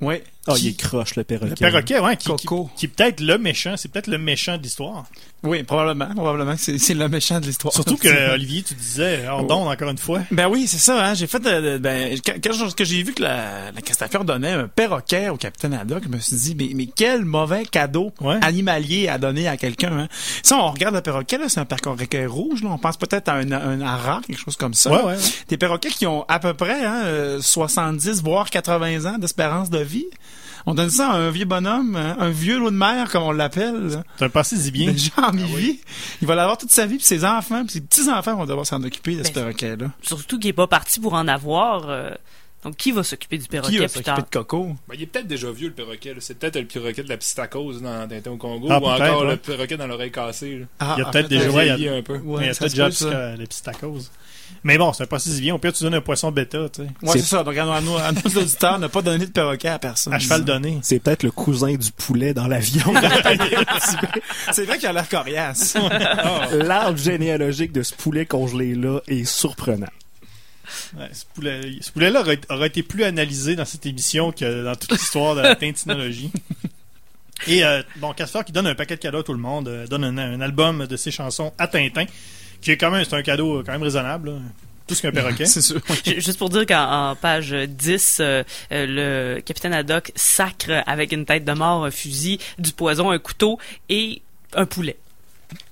F: Ouais.
G: Ah, il est croche, le perroquet.
B: Le perroquet, ouais, qui, qui-
F: Coco.
B: qui est peut-être le méchant. C'est peut-être le méchant de l'histoire.
F: Oui, probablement. Probablement que c'est c'est le méchant de l'histoire.
B: Surtout que, Olivier, tu disais,
F: Oh.
B: on donne encore une fois.
F: Ben oui, c'est ça. Hein? J'ai fait. euh, ben, quand, quand- quand j'ai vu que la, la Castafiore donnait un perroquet au Capitaine Haddock, je me suis dit, mais, mais quel mauvais cadeau
B: Ouais.
F: animalier à donner à quelqu'un. Hein? Si on regarde le perroquet, là, c'est un perroquet rouge. Là. On pense peut-être à un, un ara, quelque chose comme ça.
B: Ouais, ouais. ouais.
F: Des perroquets qui ont à peu près hein, euh, 70, voire 80 ans d'espérance de vie. On donne ça à un vieux bonhomme, hein, un vieux loup de mer, comme on l'appelle. là.
B: T'as passé si bien. Ah
F: Déjà en vie. Il va l'avoir toute sa vie, puis ses enfants, puis ses petits-enfants vont devoir s'en occuper de ce
A: Ben,
F: perroquet-là.
A: Surtout qu'il est pas parti pour en avoir. euh, Donc, qui va s'occuper du
F: Qui
A: perroquet
F: va
A: plus
F: s'occuper
A: tard?
F: de Coco?
H: Ben, il est peut-être déjà vieux, le perroquet. là. C'est peut-être le perroquet de la petite cause dans Tintin au Congo,
B: Ah,
H: ou
B: peut-être,
H: encore
B: ouais.
H: le perroquet dans l'oreille cassée. là.
F: Ah,
B: Il y a
F: ah,
B: peut-être des
H: Il
B: Ouais, il y a-
H: vieillit un peu.
B: Mais il y a
F: ça
B: peut-être euh,
F: se
B: déjà
F: peut, ça.
B: la petite à cause. Mais bon, c'est pas si bien. Au pire, tu donnes un poisson bêta, tu sais.
F: Ouais, c'est ça. Donc, à nos, à nos- à nos auditeurs, ne pas donner de perroquet à personne.
B: À cheval donné.
G: C'est peut-être le cousin du poulet dans l'avion.
F: C'est vrai qu'il a l'air coriace.
G: L'arbre généalogique de ce poulet congelé-là est surprenant.
B: Ouais, ce poulet- ce poulet-là aurait, aurait été plus analysé dans cette émission que dans toute l'histoire de la tintinologie. Et euh, bon, Castor qui donne un paquet de cadeaux à tout le monde, euh, donne un, un album de ses chansons à Tintin, qui est quand même, c'est un cadeau euh, quand même raisonnable. là. Tout ce qu'un perroquet.
F: C'est sûr.
A: Ju- Juste pour dire qu'en en page 10, euh, euh, le capitaine Haddock sacre avec une tête de mort, un fusil, du poison, un couteau et un poulet.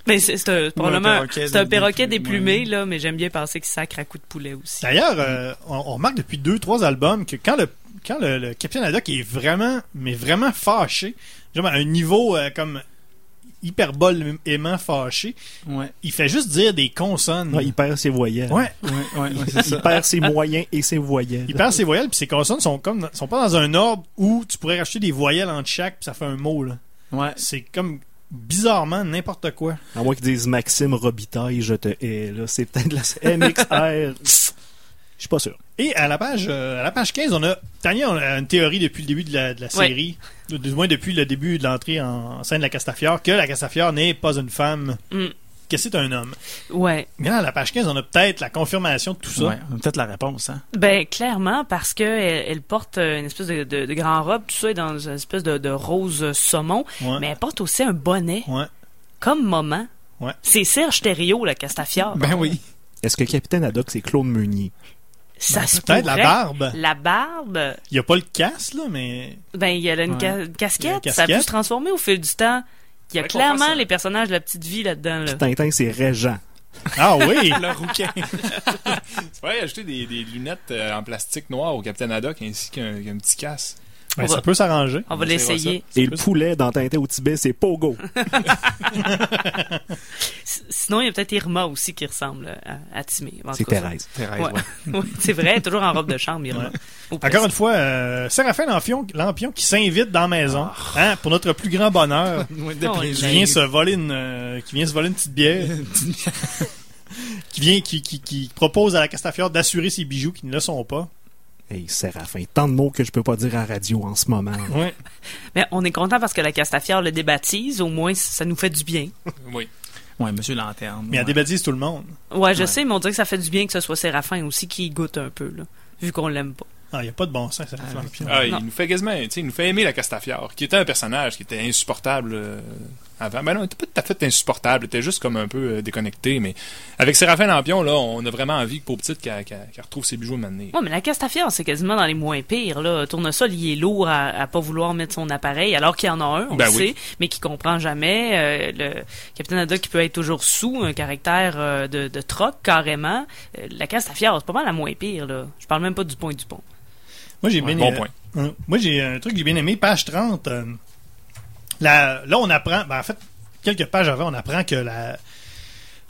A: Mais c'est c'est un- probablement
F: perroquet
A: c'est un
F: des-
A: perroquet
F: des-
A: déplumé,
F: ouais.
A: là, mais j'aime bien penser qu'il sacre à coups de poulet aussi.
B: D'ailleurs, euh, on, on remarque depuis deux, trois albums que quand le quand le, le Capitaine Haddock est vraiment, mais vraiment fâché, genre à un niveau euh, comme hyperbolément fâché,
F: Ouais,
B: il fait juste dire des consonnes.
G: Mm. Ouais, il perd ses voyelles.
B: Ouais,
F: ouais, ouais, ouais, c'est
G: Il
F: ça.
G: perd ses moyens et ses voyelles.
B: il perd ses voyelles, puis ses consonnes sont comme dans- sont pas dans un ordre où tu pourrais rajouter des voyelles entre chaque, puis ça fait un mot. là.
F: Ouais.
B: C'est comme bizarrement n'importe quoi.
G: À moins qu'ils disent Maxime Robitaille, je te hais. là. C'est peut-être la MXR. Je suis pas sûr.
B: Et à la page, euh, à la page 15, on a Tania on a une théorie depuis le début de la, de la
A: Ouais.
B: série, du- du moins depuis le début de l'entrée en scène de la Castafiore, que la Castafiore n'est pas une femme,
A: Mm.
B: que c'est un homme.
A: Ouais.
B: Mais là, à la page 15, on a peut-être la confirmation de tout ça.
F: Ouais, on a peut-être la réponse, hein.
A: Ben clairement parce que elle, elle porte euh, une espèce de, de, de grand robe, tout ça est dans une espèce de, de rose saumon,
B: Ouais.
A: mais elle porte aussi un bonnet
B: Ouais.
A: comme maman.
B: Ouais.
A: C'est Serge Thériault, la Castafiore.
F: Ben oui.
G: Est-ce que Capitaine Haddock, c'est Claude Meunier?
A: ça se
B: Ben, Peut-être la
A: pourrait.
B: barbe.
A: La barbe,
B: Il n'y a pas le casse, là, mais.
A: ben il y a là une,
F: Ouais.
A: ca- une casquette,
B: Il y a une
A: ça a pu
B: casquette.
A: se transformer au fil du temps. Il y a
H: Faudrait qu'on fasse
A: clairement
H: ça.
A: les personnages de la petite vie là-dedans. Là.
G: Puis Tintin, c'est Régent.
B: Ah oui!
F: Le rouquin.
H: Tu pourrais ajouter des, des lunettes euh, en plastique noir au Capitaine Haddock ainsi qu'un qu'un petit casse.
B: Ben, ça peut s'arranger.
A: On va
H: On essaiera
A: l'essayer.
H: ça.
G: Et le poulet dans Tintin au Tibet, c'est Pogo.
A: S- Sinon, il y a peut-être Irma aussi qui ressemble à, à Timmy. En
G: C'est
A: tout cas,
G: Thérèse.
F: Thérèse,
A: Ouais. Oui, c'est vrai, toujours en robe de chambre, Irma.
B: Ouais.
A: Ou
B: Encore
A: presque.
B: une fois, euh, Séraphin Lampion, Lampion qui s'invite dans la
A: Ah.
B: maison hein, pour notre plus grand bonheur.
A: Oh,
F: Ouais, déprime.
B: qui vient se voler une euh, qui vient se voler une petite bière qui vient qui, qui, qui propose à la Castafiore d'assurer ses bijoux qui ne le sont pas
G: Hey, Séraphin, tant de mots que je peux pas dire en radio en ce moment.
B: ouais.
A: Mais on est content parce que la Castafiore le débaptise, au moins ça nous fait du bien.
H: Oui.
F: Ouais, monsieur Lanterne.
B: mais elle
F: ouais.
B: débaptise tout le monde
A: Ouais, je
F: Ouais.
A: sais, mais on dirait que ça fait du bien que ce soit Séraphin aussi qui y goûte un peu, là, vu qu'on l'aime pas.
B: ah il y a pas de bon sens Séraphin Lampion
H: Ah,
A: Non.
H: il nous fait quasiment, tu sais, il nous fait aimer la Castafiore, qui était un personnage qui était insupportable euh, avant. Ben non, il était pas tout à fait insupportable, il était juste comme un peu euh, déconnecté, mais avec Séraphin Lampion, là, on a vraiment envie que Pauvre Petite qu'elle qu'elle- qu'elle retrouve ses bijoux à un moment donné.
A: Ouais, mais la Castafiore, c'est quasiment dans les moins pires, là. Tournesol, il est lourd à, à pas vouloir mettre son appareil, alors qu'il y en a un, on
H: Ben
A: le
H: oui.
A: sait, mais qui comprend jamais. euh, le Capitaine Haddock qui peut être toujours sous, un caractère euh, de, de troc, carrément. Euh, la Castafiore, c'est pas mal la moins pire, là. Je parle même pas du point du pont.
B: moi j'ai
H: Ouais,
B: bien
H: bon
B: euh,
H: point.
B: euh, moi j'ai un truc que j'ai bien aimé page 30 euh, la- là on apprend ben, en fait quelques pages avant on apprend que la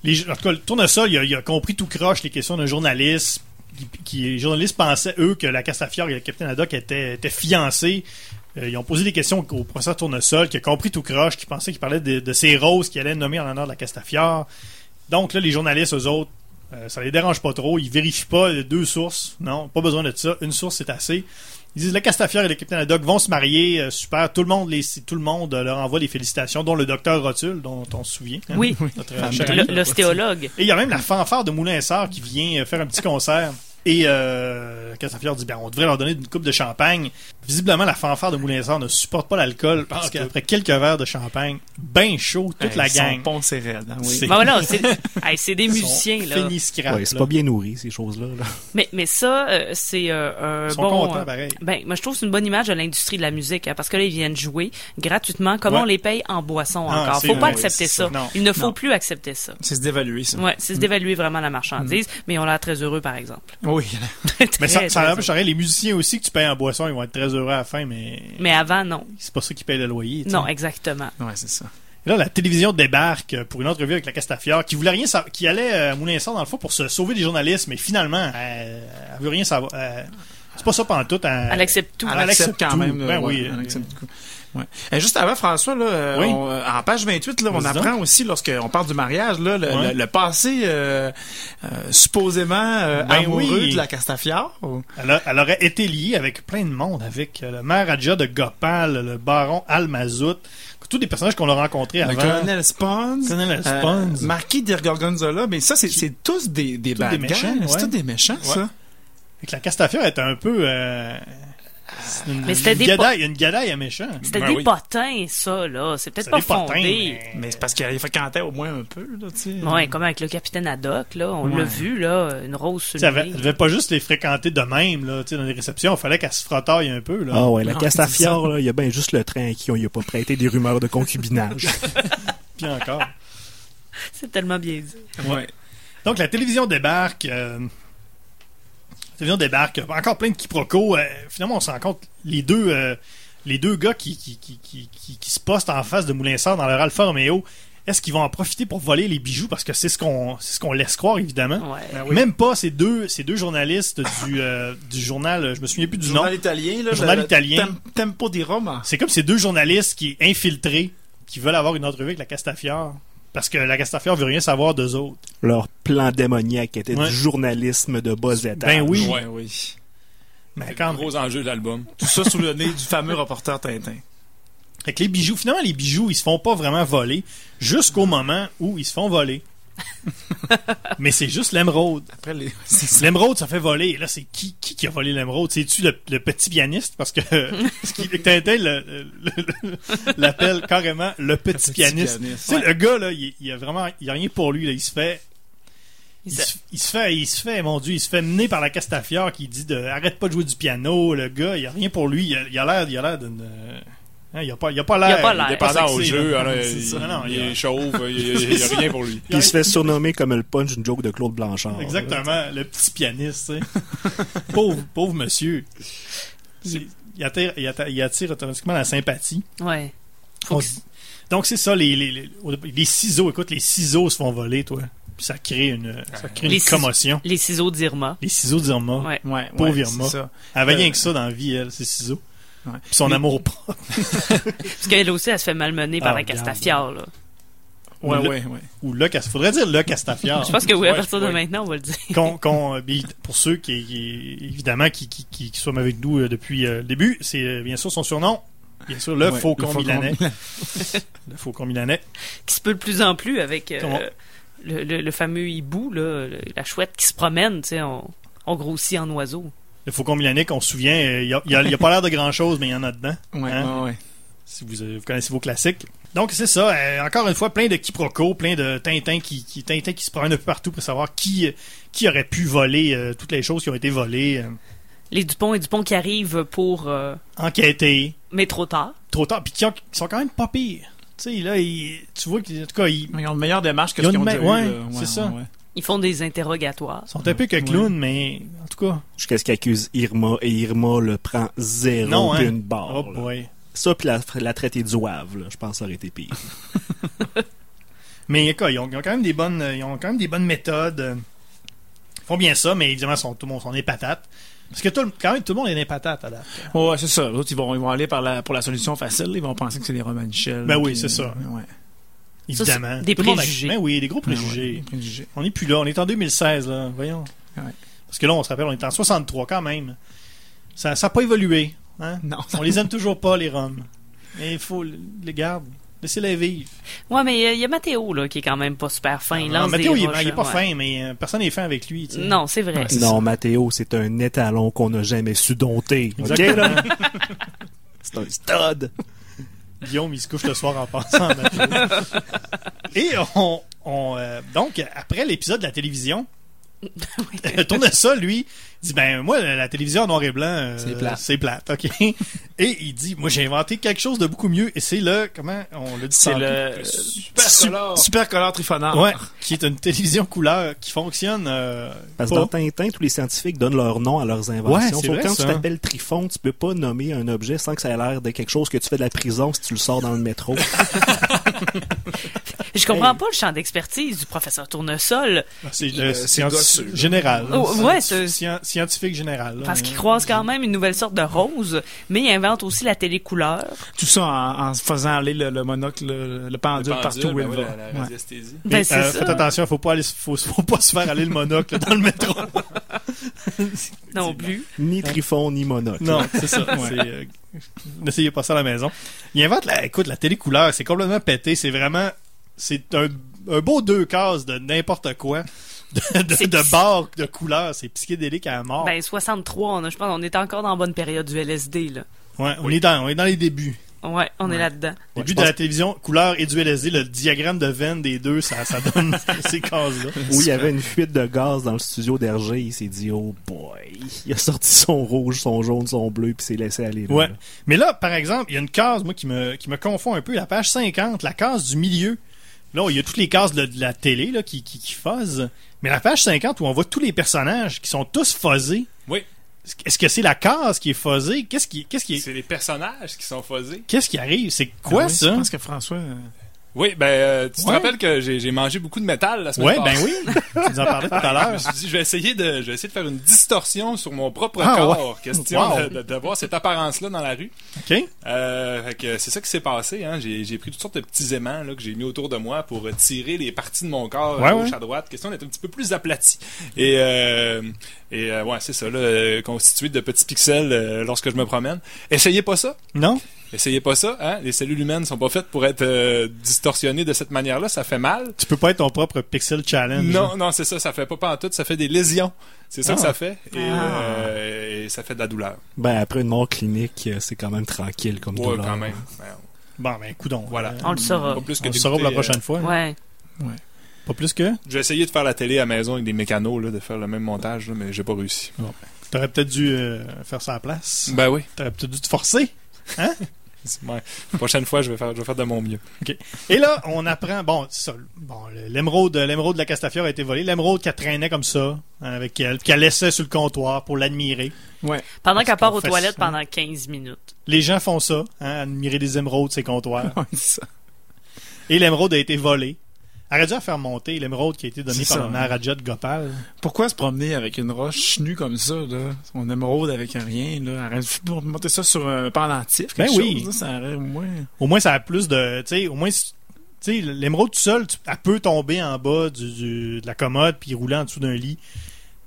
B: les, en tout cas, le tournesol, il a, il a compris tout croche les questions d'un journaliste. Qui, qui- les journalistes pensaient, eux, que la Castafiore et le capitaine Haddock étaient, étaient fiancés. Euh, ils ont posé des questions au professeur Tournesol, qui a compris tout croche, qui pensait qu'il parlait de, de ces roses qu'il allait nommer en l'honneur de la Castafiore. Donc là, les journalistes, eux autres, euh, ça les dérange pas trop. Ils vérifient pas les deux sources. Non, pas besoin de ça. Une source, c'est assez. Ils disent la Castafiore et le capitaine Haddock vont se marier. euh, super. Tout le monde les, tout le monde euh, leur envoie des félicitations, dont le docteur Rotule, dont on se souvient. hein,
A: Oui,
B: notre
F: Femme
B: cher
A: le- l'ostéologue.
B: et il y a même la fanfare de Moulin Sœur qui vient euh, faire un petit concert. Et euh, Castafiore dit ben, on devrait leur donner une coupe de champagne. Visiblement, la fanfare de Moulin Sœur ne supporte pas l'alcool parce
H: Pas en tout.
B: qu'après quelques verres de champagne, ben chaud, toute
F: Hey,
B: la
F: son
B: gang.
F: pont, c'est raide, hein, oui.
B: C'est-
A: Ben voilà, c'est hey, c'est des
B: sont
A: musiciens, là.
B: finis scrap,
G: Ouais, c'est
B: là.
G: pas bien nourri, ces choses-là. là.
A: Mais, mais ça, euh, c'est euh, un
B: Ils sont
A: bon...
B: contents,
G: hein.
A: euh,
B: pareil.
A: ben, moi, je trouve que c'est une bonne image de l'industrie de la musique, hein, parce que là, ils viennent jouer gratuitement. Comment
B: Ouais.
A: on les paye en boisson
B: Ah,
A: encore?
B: c'est-
A: Faut pas
B: ouais,
A: accepter
B: c'est
A: ça.
B: ça. Non, Mm.
A: Il ne faut
F: non.
A: plus accepter ça.
F: C'est se dévaluer, ça.
A: Ouais, c'est se dévaluer vraiment la marchandise, mais on l'a très heureux, par exemple.
F: Oui.
A: Très,
B: Mais ça,
A: très
B: ça
A: heureux.
B: n'empêche rien. Les musiciens aussi que tu payes en boisson, ils vont être très heureux à la fin, mais,
A: Mais avant, non.
B: c'est pas ça qui paye le loyer. tu sais.
A: Non, hein. exactement.
F: Ouais, c'est ça.
B: Et là, la télévision débarque euh, pour une entrevue avec la Castafiore, qui voulait rien savoir, qui allait euh, à moulin dans le fond pour se sauver des journalistes, mais finalement, elle, elle veut rien savoir. euh, c'est pas ça pantoute. Elle,
A: Elle accepte tout.
F: Elle
B: Ah, elle
F: accepte
B: accepte
F: quand
B: tout.
F: même. là,
B: Ben
F: ouais,
B: oui,
F: elle
B: euh,
F: accepte tout. Ouais. Et juste avant, François, là, euh,
B: Oui.
F: on, euh, en page 28, là, on
B: Vas-y donc.
F: apprend aussi, lorsqu'on parle du mariage, là, le,
B: Ouais.
F: le- le passé euh, euh, supposément euh,
B: Ben
F: amoureux
B: oui.
F: de la Castafiore. ou-
B: Elle, a- elle aurait été liée avec plein de monde, avec euh, le maire Adja de Gopal, le baron Almazout, tous des personnages qu'on a rencontrés
F: Le
B: avant.
F: colonel Euh, Spons.
B: Colonel Spons.
F: Marquis de Gorgonzola. Mais ça, c'est c'est tous des, des bad
B: des
F: guys,
B: méchants,
F: C'est
B: ouais.
F: tous des méchants,
B: Ouais.
F: ça.
B: Fait que la Castafiore était un peu. euh, c'est une,
A: Mais c'était
B: une
A: des
B: gadaille, une gadaille à méchant.
A: C'était
H: Ben
A: des
H: oui.
A: potins, ça, là. C'est peut-être
B: C'est
A: pas
B: des potins,
A: fondé.
B: mais-
F: Mais c'est parce qu'il fréquentait au moins un peu, là, tu sais.
A: Ouais, comme avec le capitaine Haddock, là. On l'a
F: Ouais.
A: vu, là. Une rose sur
B: Tu sais,
A: le
B: Elle devait-
A: nez.
B: elle devait pas juste les fréquenter de même là, tu sais, dans les réceptions, il fallait qu'elle se frottaille un peu. Là.
G: Ah ouais, la
F: Non,
G: Castafiore, là, il y a bien juste le train à qui on y a pas prêté des rumeurs de concubinage.
B: Puis encore.
A: C'est tellement bien dit.
F: Ouais.
B: Donc la télévision débarque. euh, la télévision débarque. Encore plein de quiproquos. euh, finalement, on se rend compte les deux. euh, les deux gars qui, qui, qui, qui, qui- qui se postent en face de Moulinsard dans leur Alfa Romeo, est-ce qu'ils vont en profiter pour voler les bijoux? Parce que c'est ce qu'on c'est ce qu'on laisse croire, évidemment.
A: Ouais.
B: Même pas ces deux, ces deux journalistes du, euh, du journal, euh, je me souviens plus du nom.
F: Journal italien, là.
B: Journal
F: le- le
B: italien.
F: Tem- Tempo di Roma.
B: C'est comme ces deux journalistes qui infiltrés, qui veulent avoir une entrevue avec la Castafiore. parce que la Castafiore veut rien savoir d'eux autres.
G: Leur plan démoniaque était
B: Ouais.
G: du journalisme de bas étage.
B: Ben oui,
H: Ouais.
F: oui.
B: mais
H: C'est le
B: quand même.
H: gros enjeu de l'album.
F: Tout ça sous le nez du fameux reporter Tintin.
B: Fait que les bijoux, finalement, les bijoux, ils se font pas vraiment voler jusqu'au moment où ils se font voler. mais c'est juste l'émeraude.
F: Après les.
B: L'émeraude, ça fait voler. Et là, c'est qui, qui qui a volé l'émeraude? C'est-tu le, le petit pianiste? Parce que ce qui- Tintin le- le- le- l'appelle carrément le petit
F: petit
B: pianiste.
F: pianiste.
B: Tu sais, le gars, là, il, il a vraiment, il a rien pour lui, là. Il se fait, il,
A: Il se-
B: se, il se fait, il se fait, mon dieu, il se fait mener par la Castafiore qui dit de, arrête pas de jouer du piano. Le gars, il a rien pour lui. Il a- il a l'air, il a l'air d'une, euh, hein, il a pas, il a pas l'air.
A: Il a pas l'air. Ouais.
H: Dépendant au
B: C'est
H: jeu,
B: ça.
H: alors,
B: hein, C'est
H: il,
B: ça. Non,
H: il
B: il a-
H: est chauve, il n'y a, rien pour lui.
G: Puis il se fait surnommer comme le punch une joke de Claude Blanchard.
B: Exactement, le petit pianiste, tu sais. pauvre, pauvre monsieur. C'est- Il attire, il, atta- il attire automatiquement la sympathie.
A: Ouais.
B: On s- Donc, c'est ça, les, les, les- au départ- les ciseaux. Écoute, les ciseaux se font voler, toi. Puis ça crée une, ça crée
A: Les
B: une
A: ciseaux.
B: commotion.
A: Les ciseaux d'Irma.
B: Les ciseaux d'Irma.
A: Ouais.
F: Ouais,
B: Pauvre
F: ouais,
B: Irma.
F: c'est ça.
B: Elle avait rien
F: Euh,
B: que ça dans la vie, elle, ces ciseaux.
F: Ouais.
B: Puis son
F: Mais-
B: amour propre.
A: Parce qu'elle aussi, elle se fait malmener par
B: Ah,
A: la Castafiore, là.
F: Ouais,
B: Le-
F: ouais, ouais.
B: Ou le Cas- faudrait dire le Castafiore.
A: Je pense que oui, à
H: Ouais,
A: partir de
H: ouais.
A: maintenant, on va le dire.
B: qu'on, qu'on, euh, bien, pour ceux qui, qui- évidemment qui, qui, qui, qui sont avec nous euh, depuis euh, le début, c'est euh, bien sûr son surnom, bien sûr le
F: Ouais,
B: faucon
F: le faucon
B: milanais. le faucon milanais.
A: Qui se peut de plus en plus avec euh,
B: Comment?
A: le, le- le fameux hibou, là, le- la chouette qui se promène, tu sais, on, on grossit en oiseau.
B: Le faucon milanais qu'on se souvient, euh, il n'y a, il y a pas l'air de grand chose, mais il y en a dedans.
F: Ouais,
B: Hein?
F: ouais, ouais.
B: Si vous, euh, vous connaissez vos classiques. Donc c'est ça. euh, encore une fois, plein de quiproquos, plein de Tintin qui, qui Tintin qui se promène un peu partout pour savoir qui euh, qui aurait pu voler euh, toutes les choses qui ont été volées, euh,
A: Les Dupont et Dupont qui arrivent pour... euh,
B: enquêter.
A: mais trop tard.
B: Trop tard, puis qui, ont- qui sont quand même pas pires. Tu sais, là, ils- tu vois qu'ils- en tout cas, ils,
F: Mais Ils ont une meilleure démarche que
B: Ils
F: ce
B: ont
F: qu'ils ont
B: une
F: déjà
B: me- ouais,
F: eu, là.
B: c'est ça.
F: ouais.
A: Ils font des interrogatoires.
B: sont un peu que clowns, mais en tout cas.
G: Jusqu'à ce qu'il accuse Irma et Irma le prend zéro
B: Non, hein.
G: puis une barre.
B: Oh
G: Ah, là.
B: boy.
G: Ça, puis la, la traité d'ouave, là, je pense que ça aurait été pire.
B: Mais quoi, ils, ont, ils ont quand même des bonnes, ils ont quand même des bonnes méthodes. euh, Ils font bien ça, mais évidemment, sont, tout le monde sont des patates. Parce que tout, le- quand même, tout le monde est des patates à date.
F: Ouais, ouais, c'est ça. L'autre, ils vont, ils vont aller par la, pour la solution facile. Ils vont penser que c'est des romans de Shell.
B: Ben oui,
F: puis, euh,
B: c'est ça.
F: Ouais.
A: Ça,
B: Évidemment.
A: c'est des
B: Tout le monde a-
A: préjugés.
B: Ben oui, des gros
F: Ouais, ouais,
B: préjugés.
F: des préjugés.
B: On n'est plus là, on est en 2016, là. Voyons.
F: Ouais.
B: Parce que là, on se rappelle, on est en 63 quand même. Ça n'a pas évolué. Hein?
F: Non.
B: On les aime toujours pas, les Roms. Mais il faut le- les garder. Laissez-les vivre.
A: Ouais, mais euh, il y a Mathéo, là, qui est quand même pas super fin. Il lance
B: Mathéo,
A: des
B: Ah, il est-
A: roches,
B: il est pas
A: ouais.
B: fin, mais euh, personne n'est fin avec lui. tu sais.
A: Non, c'est vrai.
G: non, Mathéo, c'est un étalon qu'on n'a jamais su dompter. OK,
B: Exactement.
G: là? C'est un stud.
B: Guillaume, il se couche le soir en pensant à Mathieu. Et on. on, euh, donc, après l'épisode de la télévision, euh, ça, lui, dit Ben, moi, la la télévision en noir et blanc, euh,
F: C'est plate.
B: C'est plate, OK. Et il dit Moi, j'ai inventé quelque chose de beaucoup mieux. Et c'est le. Comment on le dit
F: C'est
B: tantôt?
F: le.
H: Super
F: Sup-
H: color.
F: Super color
A: Ah.
F: trifonard.
B: Ouais, qui est une télévision couleur qui fonctionne. euh,
G: Parce que
B: pas.
G: dans Tintin, tous les scientifiques donnent leur nom à leurs
B: Ouais,
G: inventions.
B: c'est
G: Sauf
B: vrai,
G: quand
B: ça.
G: tu t'appelles Trifon, tu peux pas nommer un objet sans que ça ait l'air de quelque chose que tu fais de la prison si tu le sors dans le métro.
A: Je comprends pas le champ d'expertise du professeur Tournesol.
B: C'est le
H: Euh, c'est
B: science-
H: gosseux, là.
B: général.
A: Oh,
B: là.
A: ouais,
B: Scien-
A: c'est-
B: scien- scientifique général. là.
A: Parce qu'il croise quand même une nouvelle sorte de rose, mais il invente aussi la télécouleur.
F: Tout ça en, en faisant aller le, le monocle, le, le pendule, partout où il va.
H: ben la,
F: Ouais.
H: radiesthésie.
B: Mais,
A: Ben, c'est
B: euh,
A: ça.
B: faites attention, faut pas aller, faut, faut pas se faire aller le monocle dans le métro.
A: non plus.
G: ni Trifon, ni Monocle.
B: Non, c'est ça. C'est, euh, N'essayez pas ça à la maison. Il invente la, écoute, la télécouleur, c'est complètement pété. C'est vraiment, c'est un, un beau deux cases de n'importe quoi, de, de,
A: C'est
B: de
A: psy-
B: barres, de couleurs. C'est psychédélique à la mort.
A: Ben, 63, on a- je pense, on est encore dans la bonne période du LSD, là.
B: ouais, on est dans, on est dans les débuts.
A: Ouais, on est là-dedans.
B: Début
G: je
B: de
G: pense-
B: la télévision, couleur et du LSD, le diagramme de veine des deux, ça, ça donne ces cases-là.
G: Où il y avait une fuite de gaz dans le studio d'Hergé, il s'est dit oh boy. Il a sorti son rouge, son jaune, son bleu, puis s'est laissé aller. là.
B: Ouais. Mais là, par exemple, il y a une case, moi, qui me, qui me confond un peu. La page 50, la case du milieu. Là, il y a toutes les cases de, de la télé là, qui, qui, qui fuzzent. Mais la page 50, où on voit tous les personnages qui sont tous fuzzés.
H: Oui.
B: Est-ce que c'est la case qui est fuzzée? Qu'est-ce qui, qu'est-ce qui,
H: C'est les personnages qui sont phasés.
B: qu'est-ce qui arrive? C'est quoi,
F: Ah oui,
B: ça?
F: Je pense que François. euh,
H: Oui, ben, euh, tu te
B: Ouais.
H: rappelles que j'ai j'ai mangé beaucoup de métal la semaine
B: Ouais,
H: passée.
B: ben oui. tu nous en parlais tout à
H: Je me
B: l'heure.
H: suis dit, je vais essayer de, je vais essayer de faire une distorsion sur mon propre
B: Ah,
H: corps. Question
B: Wow.
H: de- de- d'avoir cette apparence-là dans la rue.
B: OK?
H: Euh, fait que c'est ça qui s'est passé. Hein. J'ai j'ai pris toutes sortes de petits aimants là, que j'ai mis autour de moi pour euh, tirer les parties de mon corps
B: Ouais,
H: à gauche
B: ouais.
H: à droite. Question d'être un petit peu plus aplati. Et, euh, et euh, ouais, c'est ça, là, euh, constitué de petits pixels euh, lorsque je me promène. Essayez pas ça.
B: Non?
H: Essayez pas ça. Hein. Les cellules humaines sont pas faites pour être euh, distorsionnées de cette manière-là. Ça fait mal.
B: Tu peux pas être ton propre Pixel Challenge.
H: Non, non, c'est ça. Ça fait pas pas en tout. Ça fait des lésions. C'est ça
B: Ah.
H: que ça fait. Et, euh, et ça fait de la douleur.
G: Ben, après une mort clinique, euh, c'est quand même tranquille comme
H: Ouais,
G: douleur.
H: quand même. Ouais,
B: Bon, ben, coudon.
H: Voilà.
A: On le saura.
H: Pas plus que
B: On le
H: dégoûté,
B: saura pour la
H: euh,
B: prochaine fois. là.
A: Ouais.
B: Pas plus que.
H: J'ai essayé de faire la télé à la maison avec des mécanos, là, de faire le même montage, là, mais j'ai pas réussi.
B: T'aurais peut-être dû euh, faire ça à la place.
H: Ben oui.
B: T'aurais peut-être dû te forcer.
H: Ouais. La prochaine fois, je vais faire, je vais faire de mon mieux.
B: Et là, on apprend. Bon, c'est ça, bon le- l'émeraude l'émeraude de la Castafiore a été volée. L'émeraude qu'elle traînait comme ça, hein, avec elle, qu'elle laissait sur le comptoir pour l'admirer.
A: Pendant
B: Est-ce
A: qu'elle part
B: qu'on
A: aux
B: fait
A: toilettes
B: ça?
A: pendant 15 minutes.
B: Les gens font ça, hein, admirer des émeraudes, ces comptoirs.
F: Ouais, c'est ça.
B: Et l'émeraude a été volée. Arrête dû la faire monter l'émeraude qui a été donnée
F: C'est
B: par
F: ça, hein.
B: le maire Rajat Gopal.
F: Pourquoi se promener avec une roche nue comme ça, là? On émeraude avec un rien, là. Arrête de monter ça sur un pendentif, quelque
B: Ben oui.
F: chose, là, ça aurait au moins...
B: Au moins, ça a plus de. Tu sais, au moins, si- tu sais, l'émeraude tout seul, tu- elle peut tomber en bas du, du- de la commode puis rouler en dessous d'un lit.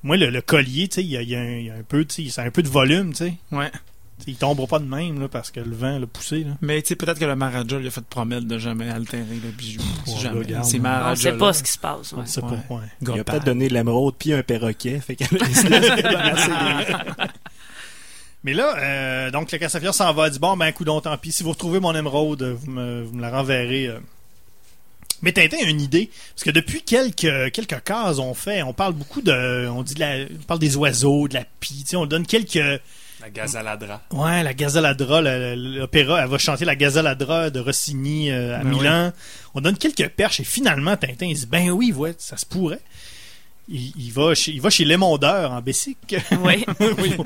B: Moi, le, le collier, tu sais, il y a, il y a un- il y a un peu, tu sais, ça a un peu de volume, tu sais.
F: Ouais.
B: Tu sais, Il tombera pas de même, là, parce que le vent l'a poussé, là.
F: Mais tu sais, peut-être que le Maharaja lui a fait promettre de jamais altérer le bijou.
B: Oh,
F: Si jamais.
B: regarde.
F: C'est
A: On
F: Maharaja.
A: ne sait pas ce qui se passe. ouais.
B: On sait pas,
F: Ah, Ouais.
B: ouais.
G: Il a peut-être donné l'émeraude puis un perroquet, fait qu'elle
B: Mais là, euh, donc, le Castafiore s'en va, elle dit Bon, ben, coup tant pis. Si vous retrouvez mon émeraude, euh, vous me, vous me la renverrez. euh. Mais Tintin a une idée. Parce que depuis quelques, quelques cases, on fait, on parle beaucoup de. On, dit de la- on parle des oiseaux, de la pie, tu sais, on donne quelques.
H: La gazaladra.
B: Ouais, la Gazaladra, le- le- l'opéra, elle va chanter la Gazaladra de Rossini euh, à
F: Ben
B: Milan. On donne quelques perches et finalement, Tintin, il dit Ben oui, ouais, ça se pourrait. Il, il va, chez, il va chez Lémondeur en Bessique
A: Oui.
B: pour,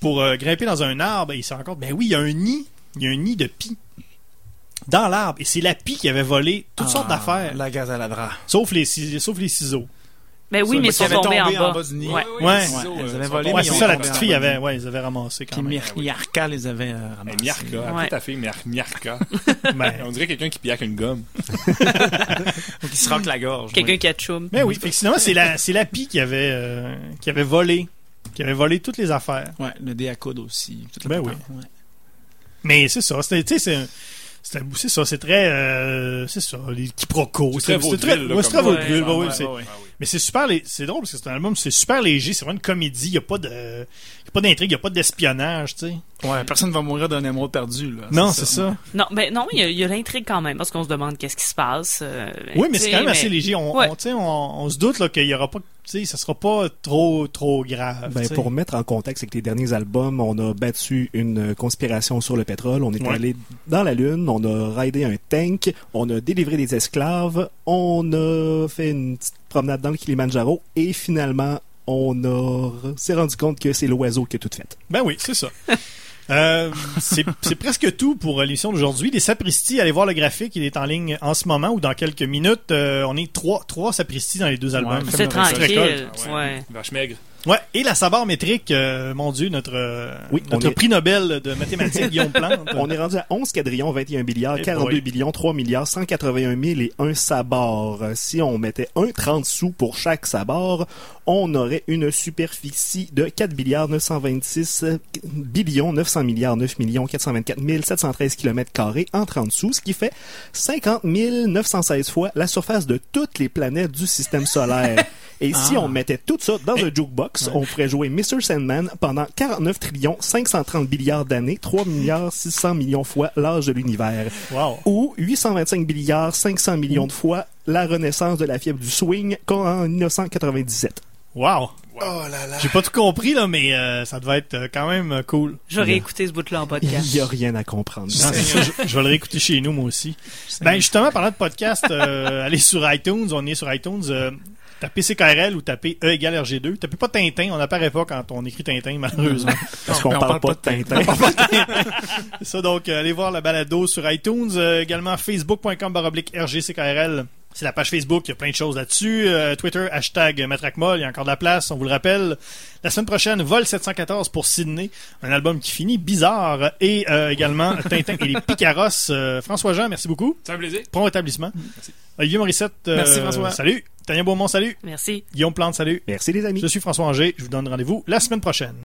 B: pour, euh, grimper dans un arbre et il se rend compte Ben oui, il y a un nid, il y a un nid de pie dans l'arbre et c'est la pie qui avait volé toutes
F: Ah,
B: sortes d'affaires,
F: La gazaladra.
B: sauf les, cis- sauf les ciseaux.
A: Mais Ben oui,
F: Ça,
A: mais
F: mais
A: ils sont
F: qui avait
A: tombés en
F: tombé en
A: bas.
F: bas du nid.
A: Ouais.
B: Ouais.
F: Ouais, elles avaient volé,
B: Ouais,
F: ils
B: c'est
F: ont
B: ça, la
F: tombé
B: petite
F: en
B: fille hein.
F: bas.
B: avait, ouais, ils avaient ramassé quand
F: Puis
B: même.
F: Myr- Myarka les avait euh,
H: Hey,
F: ramassés.
H: Miarka. Appelez
A: Ouais.
H: ta fille Miar- Miarka.
B: Ben,
H: On dirait quelqu'un qui piaque une gomme.
F: Faut qu'ils se racle la gorge.
A: Quelqu'un qui a tchoum.
B: Mais oui, fait que finalement, c'est la, c'est la pie qui avait, euh, qui avait volé. Qui avait volé toutes les affaires.
F: Ouais, le dé à coude aussi. toute la
B: Ben
F: patente, ouais.
B: Mais c'est ça. C'était, tu sais, c'est un- c'est un- c'est ça, c'est très. euh, c'est ça, les quiproquos.
H: C'est très
B: c'est très,
H: vaudeville, là,
B: ouais, c'est très
H: comme-
B: vaudeville,
A: Ouais,
B: bah oui,
F: ouais,
B: c'est-
F: ouais, ouais.
B: Mais c'est super. lé- C'est drôle parce que c'est un album, c'est super léger. C'est vraiment une comédie. Il n'y a pas de. y a pas d'intrigue, il a pas d'espionnage, tu sais.
F: Ouais, personne va mourir d'un émeraude perdu, là.
B: Non, c'est ça.
A: Non, mais non, il y a- il y a, l'intrigue quand même, parce qu'on se demande qu'est-ce qui se passe. euh,
B: Oui, mais
A: tu
B: c'est
A: sais,
B: quand même
A: mais-
B: assez léger. On,
A: Ouais.
B: on, tu sais, on- on se doute là, qu'il y aura pas. Tu sais, ça sera pas trop, trop grave. Ah,
G: Ben,
B: tu sais.
G: pour mettre en contexte avec les derniers albums, on a battu une conspiration sur le pétrole, on est
B: Ouais.
G: allé dans la Lune, on a raidé un tank, on a délivré des esclaves, on a fait une petite promenade dans le Kilimanjaro et finalement, on a... s'est rendu compte que c'est l'oiseau qui a tout fait.
B: Ben oui, c'est ça. Euh, c'est c'est presque tout pour euh, l'émission d'aujourd'hui. Les sapristis, allez voir le graphique, il est en ligne en ce moment ou dans quelques minutes. Euh, on est trois, trois sapristis dans les deux albums.
F: Ouais.
A: C'est
F: Comme la
A: tranquille.
H: récolte.
A: Ouais.
H: Vache maigre.
B: Ouais, et la sabar métrique, euh, mon Dieu, notre, euh,
G: Oui,
B: notre
G: on est-
B: prix Nobel de mathématiques, Guillaume Plante.
G: On est rendu à 11 quadrillons, 21 milliards,
B: Eh boy.
G: 42 billions, 3 milliards, 181 000 et un sabord. Euh, Si on mettait un 30 sous pour chaque sabord, on aurait une superficie de 4 milliards 926 euh, billions 900 milliards 9 millions 424 000 713 kilomètres carrés en 30 sous, ce qui fait 50 916 fois la surface de toutes les planètes du système solaire. Et si
F: Ah.
G: on mettait tout ça dans
B: Eh.
G: un jukebox, on pourrait jouer Mr. Sandman pendant 49 trillions 530 milliards d'années, 3 milliards 600 millions fois l'âge de l'univers.
B: Wow.
G: Ou 825 milliards 500 millions de fois la renaissance de la fièvre du swing qu'en 1997.
B: Wow.
H: Oh là là.
B: J'ai pas tout compris, là, mais euh, ça devait être euh, quand même euh, cool.
A: J'aurais
G: Yeah.
A: écouté ce bout-là en
G: Il
A: podcast.
G: n'y a rien à comprendre.
B: Non, c'est ça, je, je vais le réécouter chez Ben, nous, moi aussi. Ben, justement, parlant de podcast, euh, allez sur iTunes. On est sur iTunes. euh, Tapez CKRL ou tapez E égale RG2. Tapez pas Tintin, on n'apparaît pas quand on écrit Tintin, malheureusement.
G: Parce qu'on
F: mais on
G: parle pas
F: parle
G: de Tintin.
B: C'est ça, donc, euh, allez voir la balado sur iTunes. Euh, également, facebook.com baroblique RGCKRL. C'est la page Facebook, il y a plein de choses là-dessus. Euh, Twitter, hashtag Matraquemol, il y a encore de la place, on vous le rappelle. La semaine prochaine, Vol 714 pour Sydney, un album qui finit bizarre. Et euh, également, Tintin et les Picaros. Euh, François-Jean, merci beaucoup.
H: C'est un plaisir.
B: Prends établissement. Olivier Morissette, euh,
F: Mm. Merci, François.
B: salut. Tania Beaumont, salut.
A: Merci.
B: Guillaume Plante, salut.
G: Merci les amis.
B: Je suis François Angers, je vous donne rendez-vous la semaine prochaine.